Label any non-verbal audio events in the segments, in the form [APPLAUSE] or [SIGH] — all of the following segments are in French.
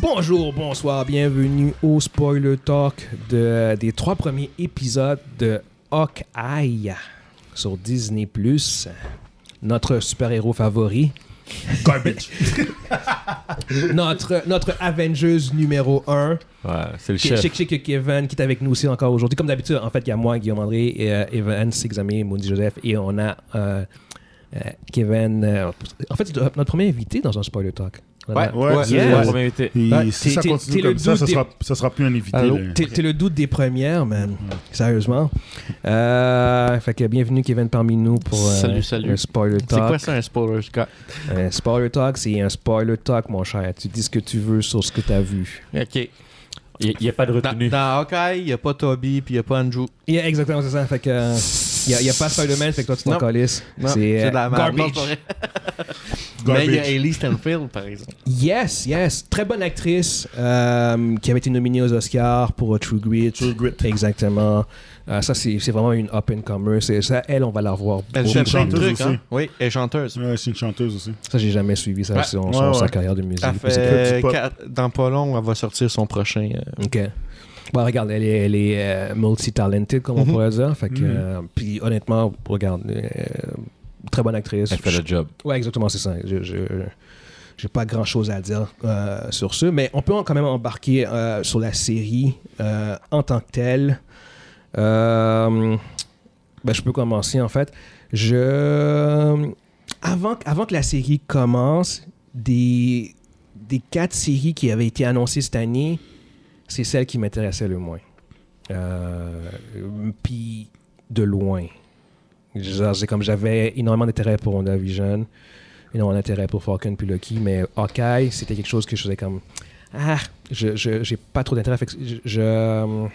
Bonjour, bonsoir, bienvenue au spoiler talk de, des trois premiers épisodes de Hawkeye sur Disney ⁇ notre super-héros favori, Garbage. [LAUGHS] notre, notre Avengers numéro 1, Ouais, c'est le Chic chef. Chic Chic Kevin, qui est avec nous aussi encore aujourd'hui. Comme d'habitude, en fait, il y a moi, Guillaume André, et, euh, Evan, Sixamé, Moody Joseph, et on a euh, euh, Kevin. euh, en fait, c'est notre premier invité dans un spoiler talk. Ouais, Ouais, ouais, yeah. c'est la première été. Et Ouais, si t'es- ça t'es- t'es continue le comme ça, doute ça des- sera, ça sera plus un invité. Allô? là. T'es t'es le doute des premières, man. Sérieusement. Euh, fait que bienvenue, Kevin, parmi nous pour euh, Salut, salut. un spoiler C'est quoi talk. ça, un spoiler, Scott? Un spoiler talk, c'est un spoiler talk, mon cher. Tu dis ce que tu veux sur ce que tu as vu. Ok. Il n'y a pas de Dans, retenue. dans Hawkeye, il n'y a pas Toby puis il n'y a pas Andrew. Yeah, exactement, c'est ça. Fait que. euh, y a, y a pas Spider-Man, fait que toi tu t'en Non. calisses. Non, euh, de la merde. garbage. Non, pas vrai. Mais il y a Garbage. Hayley Stanfield, par exemple. euh, Yes, yes. Très bonne actrice euh, qui avait été nominée aux Oscars pour euh, True Grit. True Grit. Exactement. Euh, ça, c'est c'est vraiment une up-and-comer. C'est- Ça, elle, on va la revoir. Elle beaucoup. fait plein de chanteuse trucs, aussi. hein? Oui, elle est chanteuse. Ouais, c'est une chanteuse aussi. Ça, j'ai jamais suivi ça, Ouais. son, Ouais, son- sa ouais. carrière de musique. Elle C'est que fait du pop. quatre- dans pas long, elle va sortir son prochain. euh, que- OK. Bon, Bah, regarde, elle est, elle est, euh, multi-talented, comme on Mhm. pourrait dire. Fait que, Mhm. euh, puis honnêtement, regarde, euh, très bonne actrice. Elle fait le job. Ouais, exactement, c'est ça. Je, je, j'ai pas grand chose à dire euh, sur ce, mais on peut en- quand même embarquer euh, sur la série euh, en tant que telle. Euh, ben, je peux commencer en fait. Je avant, avant que la série commence, des, des quatre séries qui avaient été annoncées cette année, c'est celle qui m'intéressait le moins. Euh, Puis de loin. Genre, C'est comme j'avais énormément d'intérêt pour WandaVision, énormément d'intérêt pour Falcon puis Lucky, mais Hawkeye, c'était quelque chose que je faisais comme ah, je je- j'ai pas trop d'intérêt. Fait que je- je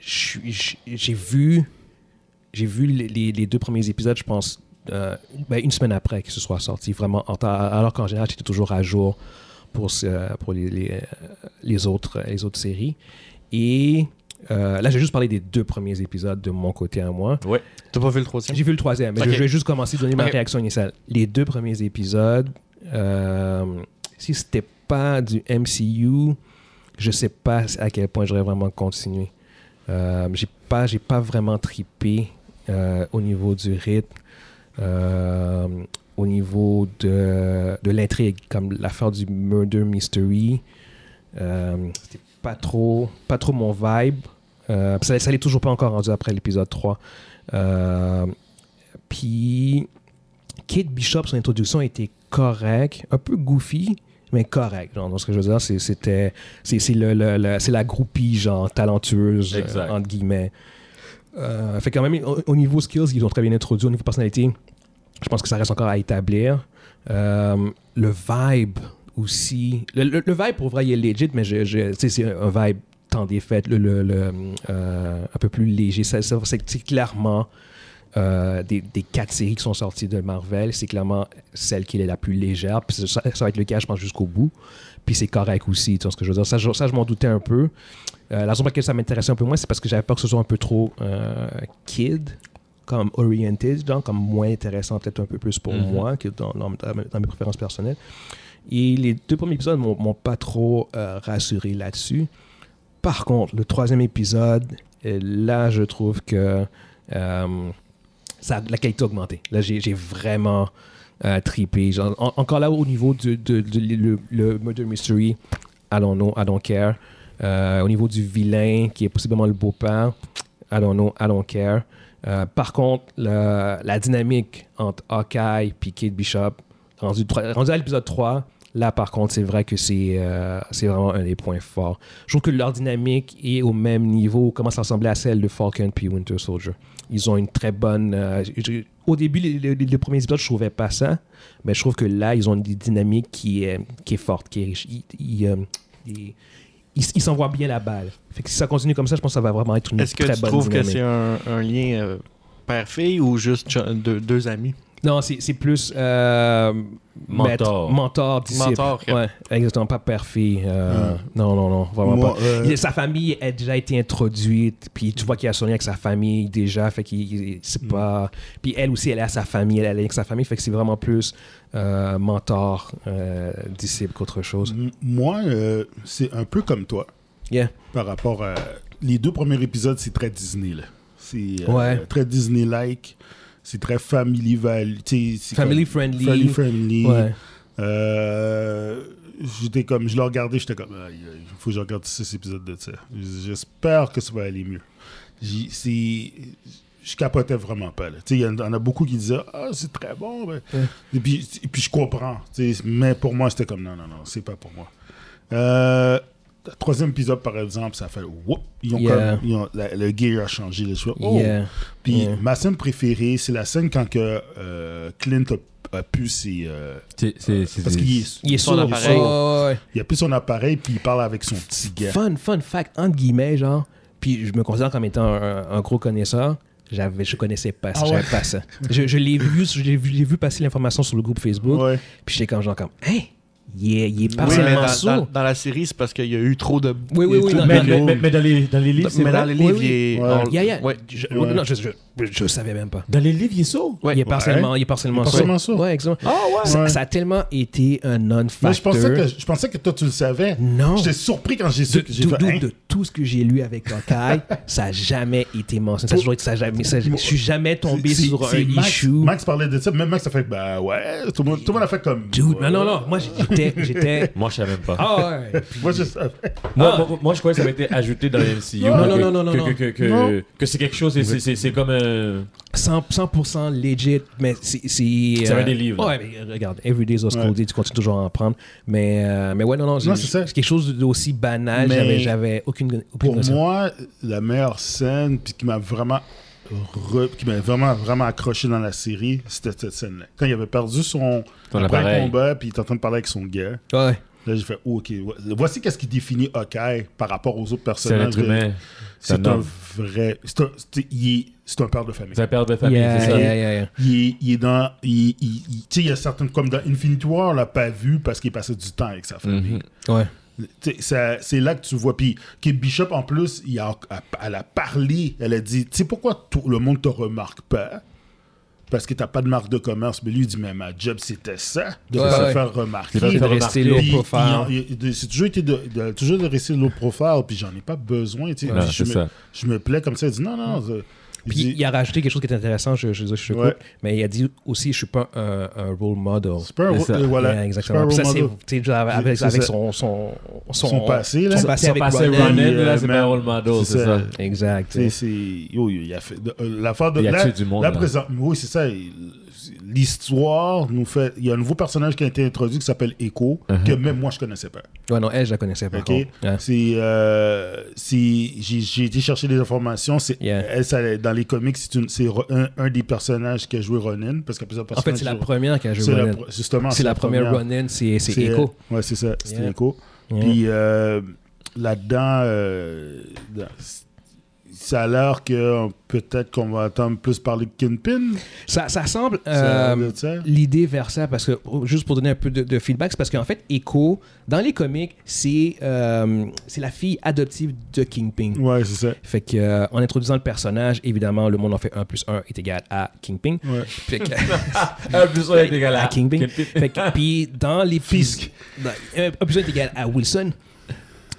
je- je- j'ai vu j'ai vu les, les- les deux premiers épisodes, je pense, euh, ben, une semaine après que ce soit sorti, vraiment en temps- alors qu'en général j'étais toujours à jour pour ce- pour les, les, les autres les autres séries et euh, là, j'ai juste parlé des deux premiers épisodes de mon côté à moi. Ouais. T'as pas vu le troisième? J'ai vu le troisième, mais je- Ok. je, vais juste commencer à donner ma Ok. réaction initiale. Les deux premiers épisodes, euh, si c'était pas du MCU, je sais pas à quel point j'aurais vraiment continué. Euh, j'ai pas, j'ai pas vraiment tripé euh, au niveau du rythme, euh, au niveau de, de l'intrigue, comme l'affaire du murder mystery. Euh, c'était pas trop, pas trop mon vibe. Euh, ça, ça l'est toujours pas encore rendu après l'épisode 3. Euh, puis Kate Bishop, son introduction était correcte, un peu goofy, mais correcte. Genre, dans ce que je veux dire, c'est- c'était, c'est, c'est le, le- le- c'est la groupie genre talentueuse euh, Exact. entre guillemets. Euh, fait quand même, au, au niveau skills, ils ont très bien introduit. Au niveau personnalité, je pense que ça reste encore à établir. Euh, le vibe aussi. Le, le- le vibe, pour vrai, il est legit, mais je, je- tu sais, c'est un vibe temps des fêtes, le, le- le, euh, un peu plus léger. Ça, ça- c'est c'est clairement euh, des, des quatre séries qui sont sorties de Marvel. C'est clairement celle qui est la plus légère. Puis ça, ça va être le cas, je pense, jusqu'au bout. Puis c'est correct aussi, tu vois ce que je veux dire. Ça, je, ça, je m'en doutais un peu. Euh, la raison pour laquelle ça m'intéressait un peu moins, c'est parce que j'avais peur que ce soit un peu trop euh, kid, comme oriented, genre, comme moins intéressant, peut-être un peu plus pour Mhm. moi que dans, dans- dans mes préférences personnelles. Et les deux premiers épisodes m'ont m'ont pas trop euh, rassuré là-dessus. Par contre, le troisième épisode, euh, là, je trouve que euh, ça, la qualité a augmenté. Là, j'ai j'ai vraiment euh, tripé. Genre, en- encore là, au niveau du de, de- le, le Murder Mystery, I don't know, I don't care. Euh, au niveau du vilain, qui est possiblement le beau-père, I don't know, I don't care. Euh, par contre, la- la dynamique entre Hawkeye et Kate Bishop, rendu, trois- rendu à l'épisode 3, là par contre, c'est vrai que c'est euh, c'est vraiment un des points forts. Je trouve que leur dynamique est au même niveau, comment ça ressemblait à celle de Falcon puis Winter Soldier. Ils ont une très bonne. euh, je- je- au début, les, les- les premiers épisodes, je trouvais pas ça, mais je trouve que là, ils ont une dynamique qui est, qui est forte, qui est riche. Ils, ils, euh, ils- ils- ils s'envoient bien la balle. Fait que si ça continue comme ça, je pense que ça va vraiment être une Est-ce que très tu bonne trouves que dynamique. c'est un, un lien euh, père-fille ou juste ch- deux, deux amis? Non, c'est c'est plus euh, Mentor. maître- mentor, disciple. Mentor, ok. Ouais, exactement, pas père-fille. euh, Non, non, non, vraiment Moi, pas. euh, Il- Sa famille a déjà été introduite, puis tu vois qu'il a son lien avec sa famille déjà, fait qu'il il- Mm. c'est pas. Puis elle aussi, elle a sa famille, elle a un lien avec sa famille, fait que c'est vraiment plus euh, mentor, euh, disciple qu'autre chose. M- Moi, euh, c'est un peu comme toi Yeah. par rapport à. Les deux premiers épisodes, c'est très Disney, là. C'est euh, Ouais. très Disney-like. C'est très family val- tu sais, c'est comme- Family friendly. Mm. Family friendly. Ouais. Euh, j'étais comme, je l'ai regardé, j'étais comme, il faut que je regarde six épisodes de ça. J'espère que ça va aller mieux. J'y- c'est- Je capotais vraiment pas. là. Tu sais, Il y en a- en a beaucoup qui disaient, ah, c'est très bon. ben. Et, puis, et puis je comprends. tu sais, Mais pour moi, c'était comme, non, non, non, c'est pas pour moi. Euh, le troisième épisode, par exemple, ça fait, whoop, ils ont Yeah. comme- ils ont- la- le gear a changé. là. Je fais, oh, Yeah. puis Yeah. ma scène préférée, c'est la scène quand que, euh, Clint a, a pu ses. euh, C'est- c'est- c'est- parce qu'il est- Il est Son sourd. appareil. Ouais, ouais, ouais. il a pris son appareil puis il parle avec son petit gars. Fun, fun fact, entre guillemets, genre, puis je me considère comme étant un, un gros connaisseur. J'avais, je connaissais pas ça, Ah ouais? j'avais pas ça. Je, je l'ai vu, je l'ai vu, j'ai vu passer l'information sur le groupe Facebook. Ouais. Puis j'étais comme genre comme, hein, il est, il est Oui, mais partiellement dans, sourd. dans- dans la série, c'est parce qu'il y a eu trop de. Oui, oui, il y a oui, trop non, de Mais, non, mais- vidéos. mais- mais dans les, dans les livres, c'est Mais vrai? dans les livres, Oui, oui. il est. Ouais. on- Yeah, yeah. ouais. Je, Ouais. non, je, je, je savais même pas. Dans les livres, il est sourd? Il est partiellement, il est Il partiellement est sourd. partiellement sourd. Ouais, exactement. Ça, Ouais. ça a tellement été un non-factor. Moi, je pensais, que, je pensais que toi, tu le savais. Non. J'étais surpris quand j'ai de, su que j'ai de- fait, de- hein? de tout ce que j'ai lu avec Hawkeye, ça n'a jamais été mentionné. Ça a toujours été- ça a jamais, ça- je suis jamais tombé C'est- sur un c'est Max, issue. Max parlait de ça. Même Max a fait, bah ouais. Tout le monde, tout le monde a fait comme. Dude, Ouais. mais non, non, moi j'étais. j'étais Moi, je savais même pas. ah ouais. Moi, je savais. Moi, moi, moi, je croyais que ça avait été ajouté dans les MCU. Non, là, non, que- non, non, non, que- non. Que, que- que- Non. que c'est quelque chose, c'est- c'est c'est- c'est comme un. 100%, 100% legit, mais c'est. C'est C'est un euh, des livres, là. Ouais, mais regarde, Everyday's Oscody, tu continues toujours à en prendre. Mais, euh, mais ouais, non, non, j'ai- c'est ça. quelque chose d'aussi banal, Mais j'avais- j'avais aucune. aucune Pour notion. moi, la meilleure scène puis qui m'a vraiment re- qui m'a vraiment vraiment accroché dans la série, c'était cette scène-là. Quand il avait perdu son Ton après appareil. le combat, puis il est en train de parler avec son gars. Ouais. Là, j'ai fait oh, OK, vo- voici qu'est-ce qui définit Hawkeye par rapport aux autres C'est un personnages. être humain. C'est C'est un un homme. vrai. C'est un, c'est- il est- c'est un père de famille. C'est un père de famille, Yeah, c'est ça. yeah, yeah, yeah. Il est, il est dans. il- il- il- tu sais, il y a certaines. Comme dans Infinity War, on l'a pas vu parce qu'il passait du temps avec sa Mm-hmm. famille. Ouais. Tu sais, ça- C'est là que tu vois. Puis, Kate Bishop, en plus, il a, elle a parlé. Elle a dit Tu sais pourquoi tout le monde te remarque pas Parce que t'as pas de marque de commerce. Mais lui, il dit Mais ma job, c'était ça, de Ouais, se ouais. faire remarquer. De Il faire est remarquer. resté low Puis, profile. il y a- il y a- C'est toujours été de, de- toujours de rester low profile, puis j'en ai pas besoin. tu sais. Ouais, Puis je, c'est me, ça. je me plais comme ça. Il dit non, non. ça- il Puis dit, il a rajouté quelque chose qui est intéressant, je, je, je, je coupe, Ouais. mais il a dit aussi, je suis pas un, un role model. c'est pas un C'est ça. euh, Yeah, voilà, c'est pas exactement. un Puis ça, role c'est model. tu sais, avec, C'est avec ça. son, son, son, Son passé, là. Son passé Son avec passé Ronan. Ronan. Ronin, là, euh, c'est pas man. un rôle model, C'est c'est ça. ça. Exact. Tu sais, c'est- yo, il a fait de- euh, l'affaire de Il a la, tué du monde, hein. la là. présent- oui c'est ça il- l'histoire nous fait il y a un nouveau personnage qui a été introduit qui s'appelle Echo Uh-huh. que même moi je connaissais pas Ouais, non, elle, je la connaissais par Ok. contre. Ouais. C'est, euh, c'est- j'ai j'ai été chercher des informations. C'est, Yeah. elle, ça- dans les comics, c'est, une- c'est re- un, un des personnages qui a joué Ronin. Parce qu'après ça, En fait, personnage c'est la joue- première qui a c'est joué la Ronin. pro- justement, C'est la première Ronin, c'est c'est Echo. euh, ouais, c'est ça. C'était Yeah. Echo. Yeah. Puis euh, là-dedans, euh, dans- ça a l'air que euh, peut-être qu'on va entendre plus parler de Kingpin. Ça, ça semble Ça a l'air euh, de ça. l'idée vers ça, parce que oh, juste pour donner un peu de, de feedback, c'est parce qu'en fait, Echo, dans les comics, c'est euh, c'est la fille adoptive de Kingpin. Ouais, c'est ça. Fait que, euh, en introduisant le personnage, évidemment, le monde en fait 1 plus 1 est égal à Kingpin. Ouais. Fait [LAUGHS] que, Un plus un est égal [LAUGHS] à à Kingpin. Kingpin. Fait que, puis dans [LAUGHS] l'épisode. Un plus un est égal à Wilson.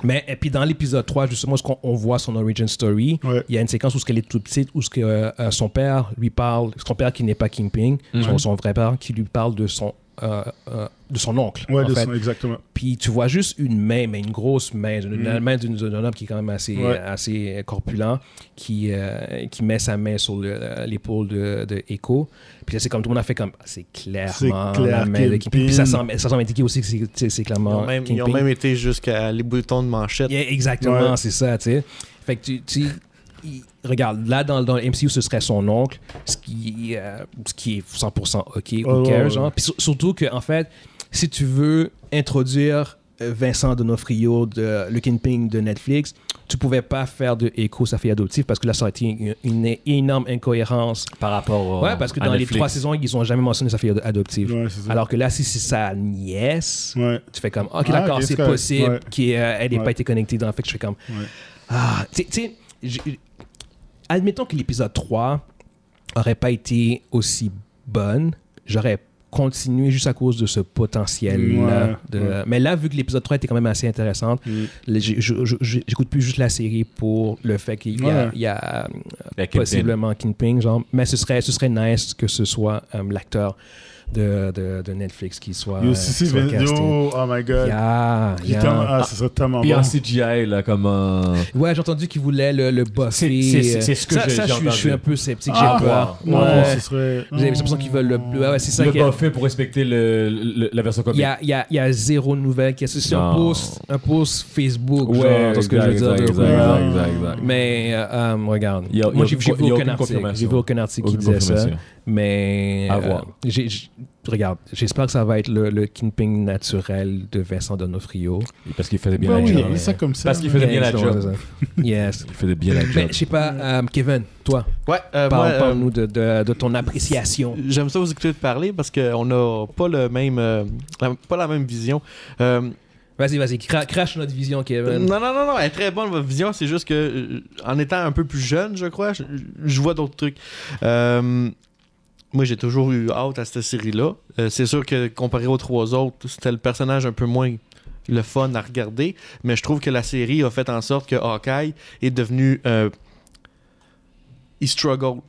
Mais et puis dans l'épisode 3, justement, ce qu'on on voit son origin story, Ouais. il y a une séquence où ce qu'elle est toute petite, où ce que, euh, euh, son père lui parle, son père qui n'est pas Kingpin, Mm. son, son vrai père, qui lui parle de son, euh, euh, de son oncle. Ouais, en de fait. son- exactement. Puis tu vois juste une main, mais une grosse main, une, Mm. la main d'une- d'un homme qui est quand même assez, Ouais. assez corpulent, qui, euh, qui met sa main sur le- euh, l'épaule de, de Echo. Puis là, c'est comme tout le monde a fait comme c'est clairement C'est clair, la main de Kingpin. Kingpin. Puis ça semble, ça semble indiquer aussi que c'est- c'est c'est Ils clairement. ont même, ils Kingpin. ont même été jusqu'à les boutons de manchette. Yeah, exactement, Ouais. c'est ça, tu sais. Fait que tu. tu- il- regarde, là, dans, dans le MCU, ce serait son oncle, ce qui, euh, ce qui est 100% OK, Oh, OK, ouais, ouais. genre. Puis sur- surtout que, en fait, si tu veux introduire euh, Vincent Donofrio, de, le Kingpin de Netflix, tu pouvais pas faire de écho sa fille adoptive parce que là, ça aurait été une, une énorme incohérence. par rapport au. Ouais, parce que à dans Netflix. les trois saisons, ils ont jamais mentionné sa fille ad- adoptive. Ouais, c'est ça. Alors que là, si c'est sa nièce, Ouais. tu fais comme, ok, Ah, d'accord, ok, c'est c'est correct. possible Ouais. qu'elle n'ait pas Ouais. été connectée dans. Fait que je fais comme, Ouais. ah, tu sais- tu sais, j'ai- admettons que l'épisode 3 aurait pas été aussi bonne, j'aurais continué juste à cause de ce potentiel Ouais, Mais là, vu que l'épisode 3 était quand même assez intéressant, Mm. les- j'ai- je- je- je- j'écoute plus juste la série pour le fait qu'il y a, Ouais. il y a, euh, La Kingpin. possiblement Kingpin, genre, mais ce serait, ce serait nice que ce soit euh, l'acteur de, de, de Netflix qui soit, Yo, euh, si, qui si, soit mais- casté. yo, oh my god. Yeah, J'ai yeah. tellement- Ah, ce serait tellement Puis bon. en CGI, là, comme un. Ouais, j'ai entendu qu'il voulait le, le buffer. C'est- c'est- c'est ce que Ça- j'ai- ça, j'ai je suis- Je entendu. suis un peu sceptique, Ah, j'ai peur. ouais. Non, Ouais. ce serait. Oh. J'ai l'impression qu'ils veulent le. Ouais, ouais, c'est ça. Le qu'il y a- buffer pour respecter le, le- la version Il y comique. a, il y, a, il y a zéro nouvelle qui est c'est un Non. post, un post Facebook. Ouais, genre, dans ce que je veux exact, dire. exact, de- exact, Ouais. exact, exact. Mais euh, euh, regarde, Il y a- il y a moi j'ai aucune j'ai co- il vu y aucun a aucune article, confirmation. j'ai vu aucun article qui Aucune disait ça, confirmation. mais À euh, voir. j'ai- j'- regarde, j'espère que ça va être le, le Kingpin naturel de Vincent Donofrio. Parce qu'il faisait bien Bah Ben la oui, job. il y a ça comme ça. Parce qu'il faisait bien la Yes, job. c'est ça. Yes. Il faisait bien la Mais job. je sais pas, euh, Kevin, toi, Ouais, euh, moi, parle- euh, parle-nous de, de- de ton appréciation. J'aime ça vous écouter parler parce qu'on n'a pas le même, euh, la- pas la même vision. Euh, Vas-y, vas-y, cra- crache notre vision, Kevin. Non, non, non, non, elle est très bonne, votre vision. C'est juste que, euh, en étant un peu plus jeune, je crois, je, je vois d'autres trucs. Euh, moi, j'ai toujours eu hâte à cette série-là. Euh, c'est sûr que, comparé aux trois autres, c'était le personnage un peu moins le fun à regarder. Mais je trouve que la série a fait en sorte que Hawkeye est devenu. euh, il struggle.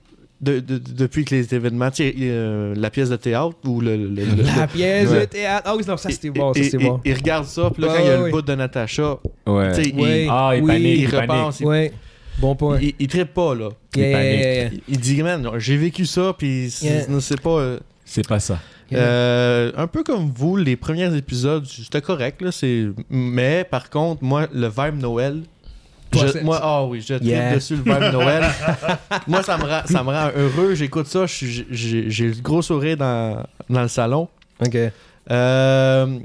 de- de- de- depuis que les événements, tu sais, euh, la pièce de théâtre ou le- le- le- le, La pièce Ouais. de théâtre. Ah oui, non, ça c'était et- bon, ça et- c'était et- bon. Ah Il regarde ça, puis là, Ouais, quand il y a ouais. le bout de Natacha, Ouais. tu sais, il- Ouais. Ah, il Oui. panique. il Il panique. repense. il- Ouais, bon point. Il, il trippe pas, là. Yeah, il panique. yeah, yeah, Il, il dit, man, j'ai vécu ça, puis c'est- Yeah. non, c'est pas. euh, C'est pas ça. yeah. euh, un peu comme vous, les premiers épisodes, c'était correct, là. c'est- Mais par contre, moi, le vibe Noël. Toi, je- c'est- moi, ah oui, je trippe Yeah. dessus le vibe [LAUGHS] Noël. moi, ça me rend, ça me rend heureux. J'écoute ça, je suis- j'ai j'ai le gros sourire dans, dans le salon. Ok. Euh,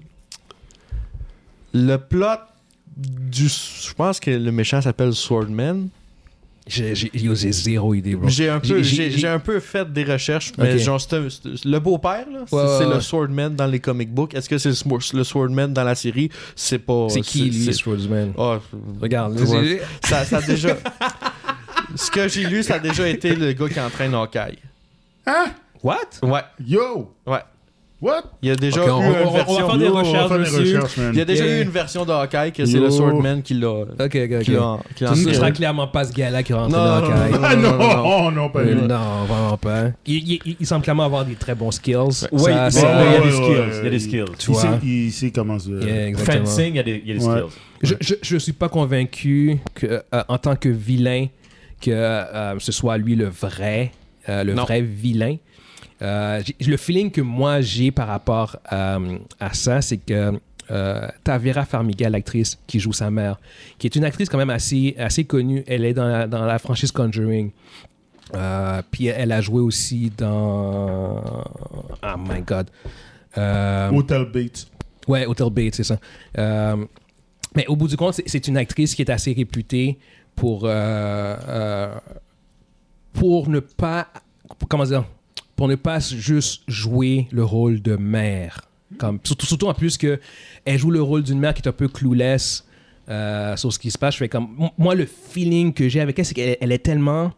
le plot du. Je pense que le méchant s'appelle Swordman. J'ai j'ai- yo, j'ai zéro idée, bro. J'ai un, peu- J'ai- j'ai- j'ai- j'ai un peu fait des recherches, mais Ok. genre, c'est un- c'est- le beau-père, là, c'est Ouais, ouais, c'est ouais. le Swordman dans les comic books. Est-ce que c'est le, Swor- le Swordman dans la série C'est pas. C'est qui lui, c'est- Schwarzman Ah, Regarde, Tu vois. j'ai- ça, ça a déjà. [LAUGHS] Ce que j'ai lu, ça a déjà été le gars qui entraîne Hawkeye. Hein? What Ouais, Yo! ouais. What? Il y a déjà Ok, on- eu on- on- une on va version. faire des Yo, on va recherches faire des dessus. recherches, man. Il y a déjà Yeah. eu une version de Hawkeye que c'est Yo. le Swordman qui l'a. Ok, ok, Qui ok. l'a. qui l'a Ce ne entraîné. sera clairement pas ce gars-là qui rentre Non, dans non, Hawkeye. non, Ah non, non, oh non, pas Euh, lui. Non, vraiment pas. Il, il- il- il semble clairement avoir des très bons skills. Ouais, Ça, il- c'est- ouais, il y a ouais, des ouais, hein. skills. ouais. Il y a des skills. Tu Il vois. sait- Il sait comment se. Yeah, exactement. Fencing, il y a des, il y a des Ouais. skills. Je, je, je suis pas convaincu que, euh, en tant que vilain que euh, ce soit lui le vrai, euh, le Non. vrai vilain. Euh, j'ai- le feeling que moi j'ai par rapport euh, à ça, c'est que euh, t'as Vera Farmiga, l'actrice qui joue sa mère, qui est une actrice quand même assez, assez connue. Elle est dans la, dans la franchise Conjuring. Euh, puis elle a joué aussi dans. Oh my god. Euh, Hotel Bates. Ouais, Hotel Bates, c'est ça. Euh, mais au bout du compte, c'est- c'est une actrice qui est assez réputée pour, euh, euh, pour ne pas. Comment dire Pour ne pas juste jouer le rôle de mère. Comme, surtout, surtout en plus que elle joue le rôle d'une mère qui est un peu clueless euh, sur ce qui se passe. Je fais comme, m- moi, le feeling que j'ai avec elle, c'est qu'elle elle est tellement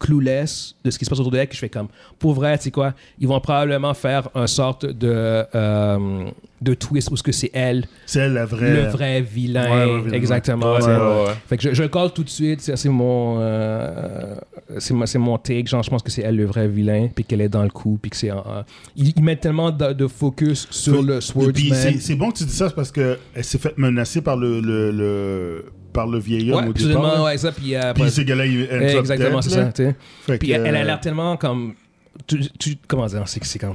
clueless de ce qui se passe autour d'elle que je fais comme, pour vrai, tu sais quoi, ils vont probablement faire une sorte de, euh, de twist où ce que c'est elle, C'est la vraie. le vrai vilain. Ouais, ouais, vilain. Exactement. Ouais, tu sais. ouais, ouais, ouais. Fait que je, je le colle tout de suite. Ça, C'est mon, euh, c'est ma- c'est mon take. Genre, je pense que c'est elle le vrai vilain, puis qu'elle est dans le coup, puis que c'est. en- en- ils, ils mettent tellement de, de focus sur Fait- le Puis c'est- Swordsman. c'est bon que tu dis ça c'est parce que elle s'est faite menacer par le, le, le- par le vieil homme Ouais, au départ. absolument, là. ouais, ça, puis euh, après- Puis ce gars-là, il ends Eh, up Exactement, dead, c'est là. ça, tu sais. Fait Puis que, elle, elle a euh, l'air tellement comme. Tu, tu- comment dire, c'est c'est comme.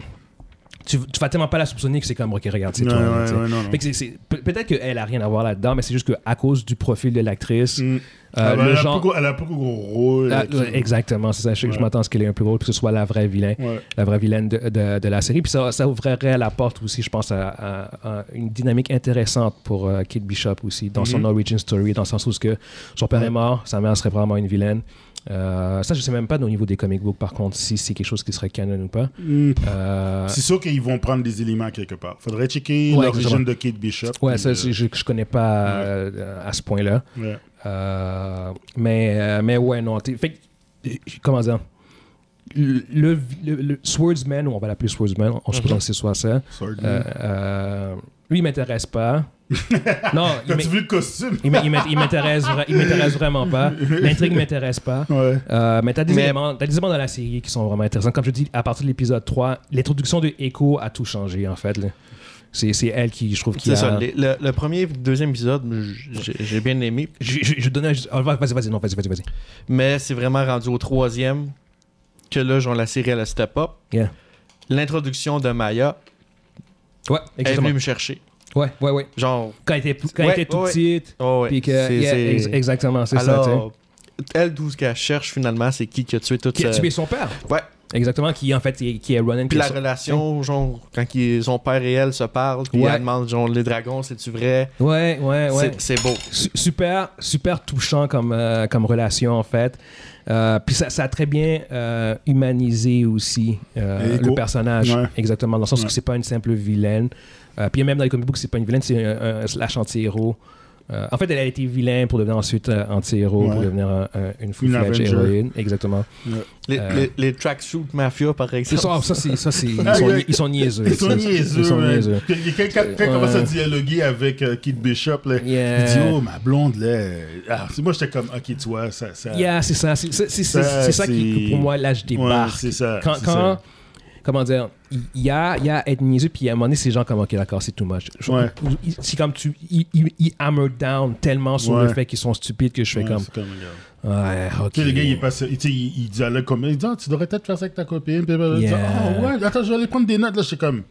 tu, tu vas tellement pas la soupçonner que c'est comme, ok, regarde, c'est Ouais, toi. ouais, là, tu sais. ouais, non, non. Fait que c'est- c'est- pe- Peut-être qu'elle a rien à voir là-dedans, mais c'est juste qu'à cause du profil de l'actrice, euh, Mm. elle, le a genre. beaucoup, elle a beaucoup gros rôle. Ah, là, qui- exactement, c'est ça. Je, je Ouais. m'attends à ce qu'elle ait un plus rôle, que ce soit la vraie vilaine, Ouais. la vraie vilaine de, de- de la série. Puis ça, ça ouvrirait la porte aussi, je pense, à, à- à une dynamique intéressante pour euh, Kate Bishop aussi, dans son Mhm. origin story, dans le sens où ce que son père est mort, sa mère serait probablement une vilaine. Euh, ça, je sais même pas au niveau des comic books, par contre, si c'est quelque chose qui serait canon ou pas. Mm. Euh, C'est sûr qu'ils vont prendre des éléments quelque part. Faudrait checker Ouais, l'origine exactement. de Kate Bishop. ouais, puis, ça, euh, c'est- je, je connais pas euh, à ce point-là. ouais. Euh, mais, euh, mais ouais, non. t'es- Fait, que, euh, comment dire le, le, le- le Swordsman, ou on va l'appeler Swordsman, on Mhm. suppose que ce soit ça. Swordman. euh, euh, lui, il m'intéresse [LAUGHS] pas. non, il T'as-tu m'in- vu le costume? il m'in- il m'in- il m'intéresse vra- il m'intéresse vraiment pas. [LAUGHS] L'intrigue m'intéresse pas. Ouais. Euh, mais t'as des, Mais- éléments- t'as des éléments dans la série qui sont vraiment intéressants. Comme je dis, à partir de l'épisode 3, l'introduction de Echo a tout changé, en fait. là. C'est c'est elle qui, je trouve, qui C'est a... ça. les- le, le premier et deuxième épisode, j'ai j'ai bien aimé. Je, je, je donnais... oh, vas-y, vas-y, non, vas-y, vas-y, vas-y. Mais c'est vraiment rendu au troisième que là, genre, la série, elle a step up. Yeah. L'introduction de Maya Ouais, elle est venue exactement. me chercher. Ouais, ouais, ouais. Genre, Quand elle était, quand elle Ouais, était tout ouais. petite. oh ouais, Puis que, c'est- yeah, c'est- ex- exactement, c'est ça, tu sais. Alors, elle, tout ce qu'elle cherche finalement, c'est qui qui a tué toute Qui a sa- tué son père. euh, Ouais. Exactement, qui en fait, qui est- qui est Ronan. Puis qui est la son- relation, genre, quand ils- son père et elle se parlent, puis Ouais. elle demande, genre, les dragons, c'est-tu vrai? Ouais, ouais, ouais. C'est c'est beau. Su- super, super touchant comme, euh, comme relation, en fait. Euh, puis ça, ça a très bien euh, humanisé aussi euh, Et le go. personnage. Ouais. Exactement, dans le sens Ouais. que c'est pas une simple vilaine. Euh, puis même dans les comic books, c'est pas une vilaine, c'est un, un slash anti-héros. Euh, en fait, elle a été vilaine pour devenir ensuite euh, anti-héros, pour Ouais. devenir un- un- une full-fledged Avenger. héroïne. Exactement. Les, Euh. les, les tracksuit mafia, par C'est exemple. oh, ça, ça, c'est, ça, c'est, ils, Ah, sont, yeah. ils sont niaiseux. Ils sont niaiseux, Ils sont man. niaiseux. Que- que- Quelqu'un quelqu'un Ouais. commence à dialoguer avec euh, Kate Bishop, là, il dit Yeah. Oh, ma blonde, là. Ah, c'est- moi, j'étais comme Ok, tu vois, ça. ça Yeah, c'est ça. C'est, c'est, c'est, Ça, c'est- c'est ça qui, c'est- pour moi, là, je ouais, débarque. c'est ça. quand, c'est quand- ça. comment dire, il il y a, il y a être niaiseux, puis à un moment donné, ces gens comme, ok, d'accord, c'est too much. Je- Ouais. il- C'est comme tu, ils ils- ils hammer down tellement sur le Ouais. fait qu'ils sont stupides que je fais Ouais, comme, c'est comme, regarde. ouais, ok. Tu sais, le gars, il est passé, tu sais, il, il dialogue comme, il dit, Ah, tu devrais peut-être faire ça avec ta copine. Puis, puis, puis, Yeah. Ah, ouais, attends, je vais aller prendre des notes. Là, je suis comme,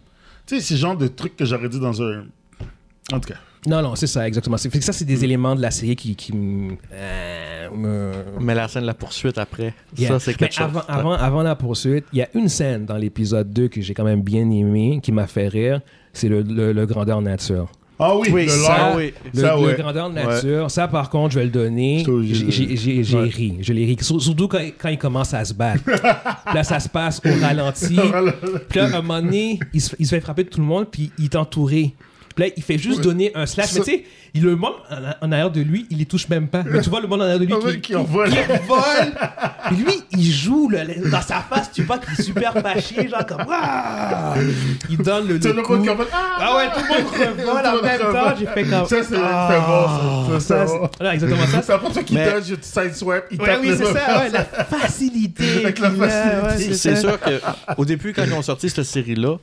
tu sais, c'est le genre de truc que j'aurais dit dans un. En tout cas. Non, non, c'est ça, exactement. C'est, fait que ça, c'est Mm. des éléments de la série qui, qui me- euh, me, Mais la scène de la poursuite après, Yeah. ça, c'est Mais quelque chose. avant, avant, avant la poursuite, il y a une scène dans l'épisode 2 que j'ai quand même bien aimé, qui m'a fait rire. C'est le, le, le grandeur nature. Ah oui, Oui, le ça, lore. oui. Le, Ça, le ouais. grandeur nature, ça par contre, je vais le donner. J'étais obligé J'ai de- j'ai- j'ai- j'ai Ouais. ri. Je l'ai ri. Sur- Surtout quand, quand ils commencent à se [LAUGHS] battre. Puis là, ça se passe au ralenti. Puis là, à un moment donné, il se, il se fait frapper de tout le monde, puis il est entouré. Puis là, il fait juste donner un slash. Mais tu sais, il- le monde en, en arrière de lui, il les touche même pas. Mais tu vois le monde en arrière de lui Ah qui- oui, qui envole. vole. Puis lui, il joue le- dans sa face, tu vois qu'il est super fâché, genre comme Waouh! Il donne le, C'est le le coup. monde qui envole. Ah, Ah ouais, tout le monde revole en même temps, j'ai fait comme Ça, c'est c'est Ah. bon, Ça, ça. Ça, c'est bon. c'est- voilà, exactement [LAUGHS] ça. C'est après toi qui Mais- touche, tu sideswipe, il Ouais, tape oui, le c'est mur. ça, ouais, la facilité. [LAUGHS] Avec la qu'il a, facilité. ouais, C'est ça. sûr que au début, quand ils ont sorti cette série-là,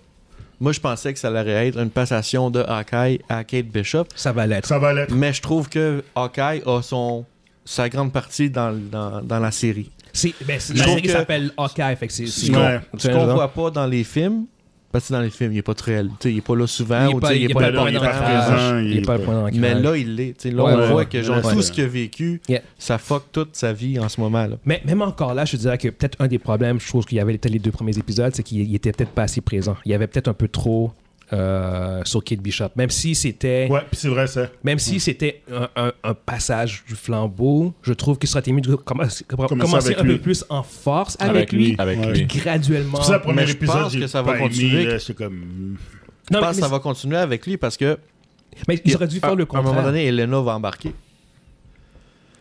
moi, je pensais que ça allait être une passation de Hawkeye à Kate Bishop. Ça va l'être. Ça va l'être. Mais je trouve que Hawkeye a son, sa grande partie dans, dans, dans la série. C'est- ben, c'est- Je la trouve série que- s'appelle Hawkeye, fait que c'est. c'est- qu'on- Ouais. Ce qu'on voit pas dans les films, parce que dans les films, il est pas très. tu sais, Il est pas là Il souvent. ou est tu sais, pas, il est pas le là, point il est dans pas la présent. cage. Il est pas le point dans la Mais cage. là, il l'est. Tu sais, Là, Ouais, on ouais, voit ouais. que genre, Ouais. tout ce qu'il a vécu, Yeah. ça fuck toute sa vie en ce moment. là Mais même encore là, je te dirais que peut-être un des problèmes, je trouve qu'il y avait peut-être les deux premiers épisodes, c'est qu'il il était peut-être pas assez présent. Il y avait peut-être un peu trop euh, sur Kate Bishop. Même si c'était, Ouais, puis c'est vrai, ça. même si c'était un, un- un passage du flambeau, je trouve qu'il serait mieux de commencer, Commencer commencer avec un lui. peu plus en force avec, Avec lui, lui. Avec Ouais. lui. puis graduellement. C'est ça, le premier Mais je épisode, pense j'ai que ça va pas aimé, continuer. là, J'étais comme. Je non, mais, pense que ça va continuer avec lui parce que. mais il aurait dû faire à- le À un moment contraire. donné, Elena va embarquer.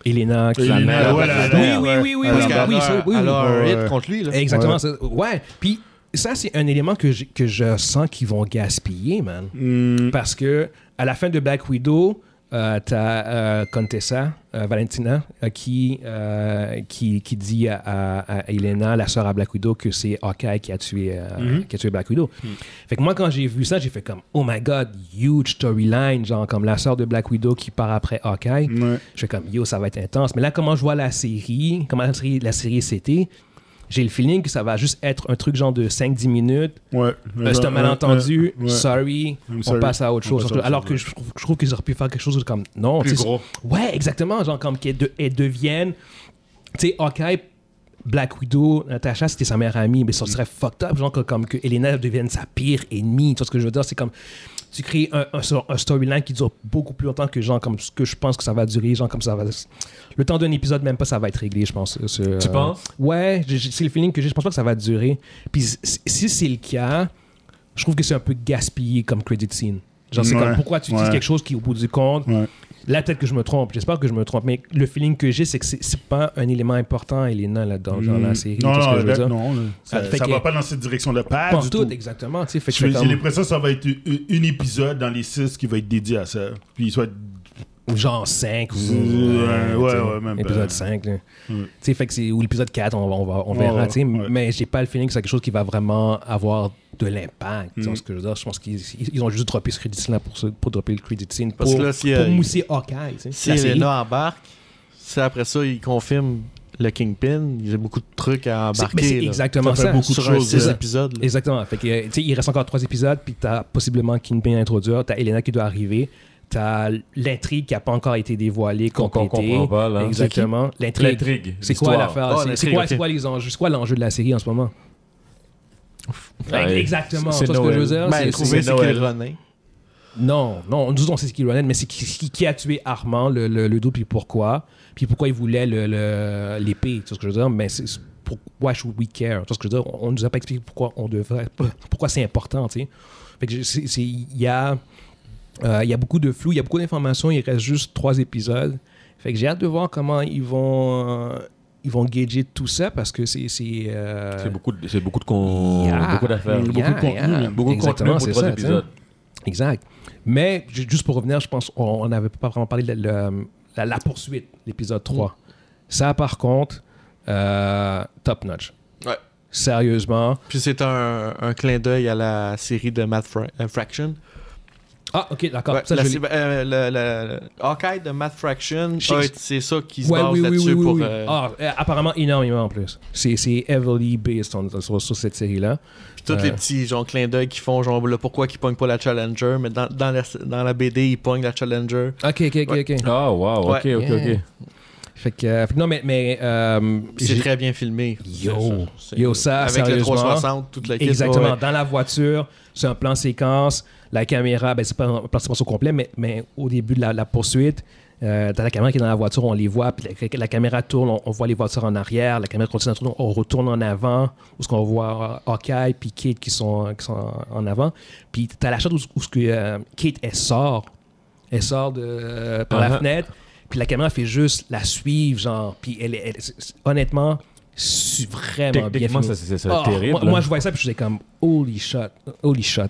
Elena, qui- Elena, la mère. ouais, la- la- oui, oui, oui, oui, Parce oui, qu'elle oui, a- ça, oui, oui. Elle a un Ouais. hit contre lui. là. Exactement. ça- ouais. Puis ça, c'est un élément que je, que je sens qu'ils vont gaspiller, man. hmm, parce que à la fin de Black Widow, euh, t'as euh, Contessa, euh, Valentina, euh, qui, euh, qui, qui dit à, à- à Elena, la sœur à Black Widow, que c'est Hawkeye qui a tué, euh, qui a tué Black Widow. Fait que moi, quand j'ai vu ça, j'ai fait comme, oh my god, huge storyline, genre comme la sœur de Black Widow qui part après Hawkeye. Ouais. Je fais comme, yo, ça va être intense. Mais là, comment je vois la série, comment la série, la série c'était, J'ai le feeling que ça va juste être un truc genre de 5-10 minutes. Ouais. Euh, c'est un malentendu. ouais. sorry. I'm On sorry. passe à autre On chose. passe à autre Alors chose, que je trouve, je trouve qu'ils auraient pu faire quelque chose de comme. Non, Plus tu sais, gros. Ouais, exactement. Genre, comme qu'elles de- elles deviennent. Tu sais, Hawkeye, Black Widow, Natasha, c'était sa meilleure amie, mais ça serait fucked up. Genre, que, comme que Elena devienne sa pire ennemie. Tu vois ce que je veux dire? C'est comme. Tu crées un, un, sur- un storyline qui dure beaucoup plus longtemps que genre comme ce que je pense que ça va durer, genre comme ça va. Le temps d'un épisode, même pas, ça va être réglé, je pense. Tu Tu penses? Ouais, j'ai- j'ai- c'est le feeling que j'ai. Je pense pas que ça va durer. Puis si- si c'est le cas, je trouve que c'est un peu gaspillé comme credit scene. Genre, c'est Ouais, comme pourquoi tu dis ouais. quelque chose qui, au bout du compte, Ouais. là, peut-être que je me trompe. J'espère que je me trompe. Mais le feeling que j'ai, c'est que c'est c'est pas un élément important, Elena, là-dedans, dans la série. Hmm. Non, tu vois ce non, que je veux là, dire? non, là, Ah, Ça, fait ça que- va pas dans cette direction-là. Pas Pas en du tout, tout. exactement. Tu sais, fait que Je c'est veux dire, comme- J'ai l'impression que ça va être un, un épisode dans les six qui va être dédié à ça. Puis il va être ou genre 5 ou euh, Ouais, ouais, tu sais, ouais, même pas. épisode 5 là. Ouais. Tu sais, fait que c'est ou l'épisode 4 on, va- on va- on Ouais, verra ouais, tu sais, ouais. mais j'ai pas le feeling que c'est quelque chose qui va vraiment avoir de l'impact Hmm. tu vois ce que je veux dire je pense qu'ils ils- ils ont juste droppé ce credit scene là pour, se- pour dropper le credit scene Parce pour, que là, si, pour euh, mousser Hawkeye tu sais, Si la série. Elena embarque, si après ça, il confirme le Kingpin, il y a beaucoup de trucs à C'est- mais c'est embarquer. là. exactement Ça ça, fait beaucoup de Sur un choses, six là. épisodes. Mm. là. Exactement. Fait que, euh, tu sais, il reste encore trois épisodes, puis t'as possiblement Kingpin à introduire, t'as Elena qui doit arriver, t'as l'intrigue qui a pas encore été dévoilée, Qu'on- qu'on complétée. comprend pas, là. Exactement. L'intrigue, C'est quoi l'histoire. l'affaire? Ah, C'est- c'est l'intrigue, quoi, ok. c'est quoi les enjeux? C'est quoi l'enjeu de la série en ce moment? Ouais. Exactement. C'est C'est ce que je Noël. veux dire. Ben, C'est- trouver c'est- c'est Noël. qu'il renaît. Non, non, nous on sait ce qu'il en est, mais c'est qui, qui- qui a tué Armand, le, le, le double, puis pourquoi? Puis pourquoi il voulait l'épée, le, l'épée, tu vois ce que je veux dire? Mais c'est c'est- pourquoi should we care? Tu vois ce que je veux dire? On ne nous a pas expliqué pourquoi on devrait, [LAUGHS] pourquoi c'est important, tu sais. Fait que je- c'est- c'est- il y a, euh, il y a beaucoup de flou, il y a beaucoup d'informations, il reste juste trois épisodes. Fait que j'ai hâte de voir comment ils vont, euh, ils vont gager tout ça parce que c'est. C'est euh, C'est beaucoup, de- c'est beaucoup de con... Yeah. beaucoup d'affaires. Yeah, beaucoup de contenu. yeah. man. Beaucoup de contenu Exactement, pour c'est trois ça, épisodes. Exact. Mais ju- juste pour revenir, je pense on n'avait pas vraiment parlé de la, la- la- la poursuite, l'épisode 3. Mm. Ça, par contre, euh, top notch. Ouais. Sérieusement. Puis c'est un, un clin d'œil à la série de Matt Fra- euh, Fraction. Ah, ok, d'accord. Ouais, ça, la je l'ai- sé- euh, le- le- le- Hawkeye de Matt Fraction, Chez- ouais, c'est ça qui se Ouais, base oui, oui, là-dessus oui, oui, pour. oui. euh, Ah, euh, apparemment énormément en plus. C'est c'est heavily based on- sur, sur cette série-là. Puis tous les petits genre, clins d'œil qu'ils font, genre le pourquoi qu'ils pognent pas la Challenger, mais dans, dans, la, dans la BD, ils pognent la Challenger. Ok, ok, ok, Ouais. ok. Ah, wow, ok, Ouais. ok, Yeah. ok. Fait que, euh, fait que non, mais. mais euh, Puis c'est j'ai- très bien filmé. Yo. C'est- Yo, ça, Avec le sérieusement. 360, toute la kit, Exactement. ouais. Dans la voiture, c'est un plan séquence. La caméra, ben, c'est pas un plan séquence au complet, mais, mais au début de la, la poursuite, euh, t'as la caméra qui est dans la voiture, on les voit, puis la, la caméra tourne, on, on voit les voitures en arrière, la caméra continue à tourner, on retourne en avant, où ce qu'on voit euh, Hawkeye puis Kate qui sont, qui sont en- en avant. Puis t'as la shot où, où ce que, euh, Kate, elle sort. Elle sort de, euh, par Uh-huh. la fenêtre, puis la caméra fait juste la suivre, genre. Puis elle, elle- c'est- c'est- honnêtement, c'est vraiment bien Techniquement, filmé. ça, c'est ça, Ah, terrible. Moi, là. moi, je voyais ça, puis je faisais comme holy shot, holy [LAUGHS] shot,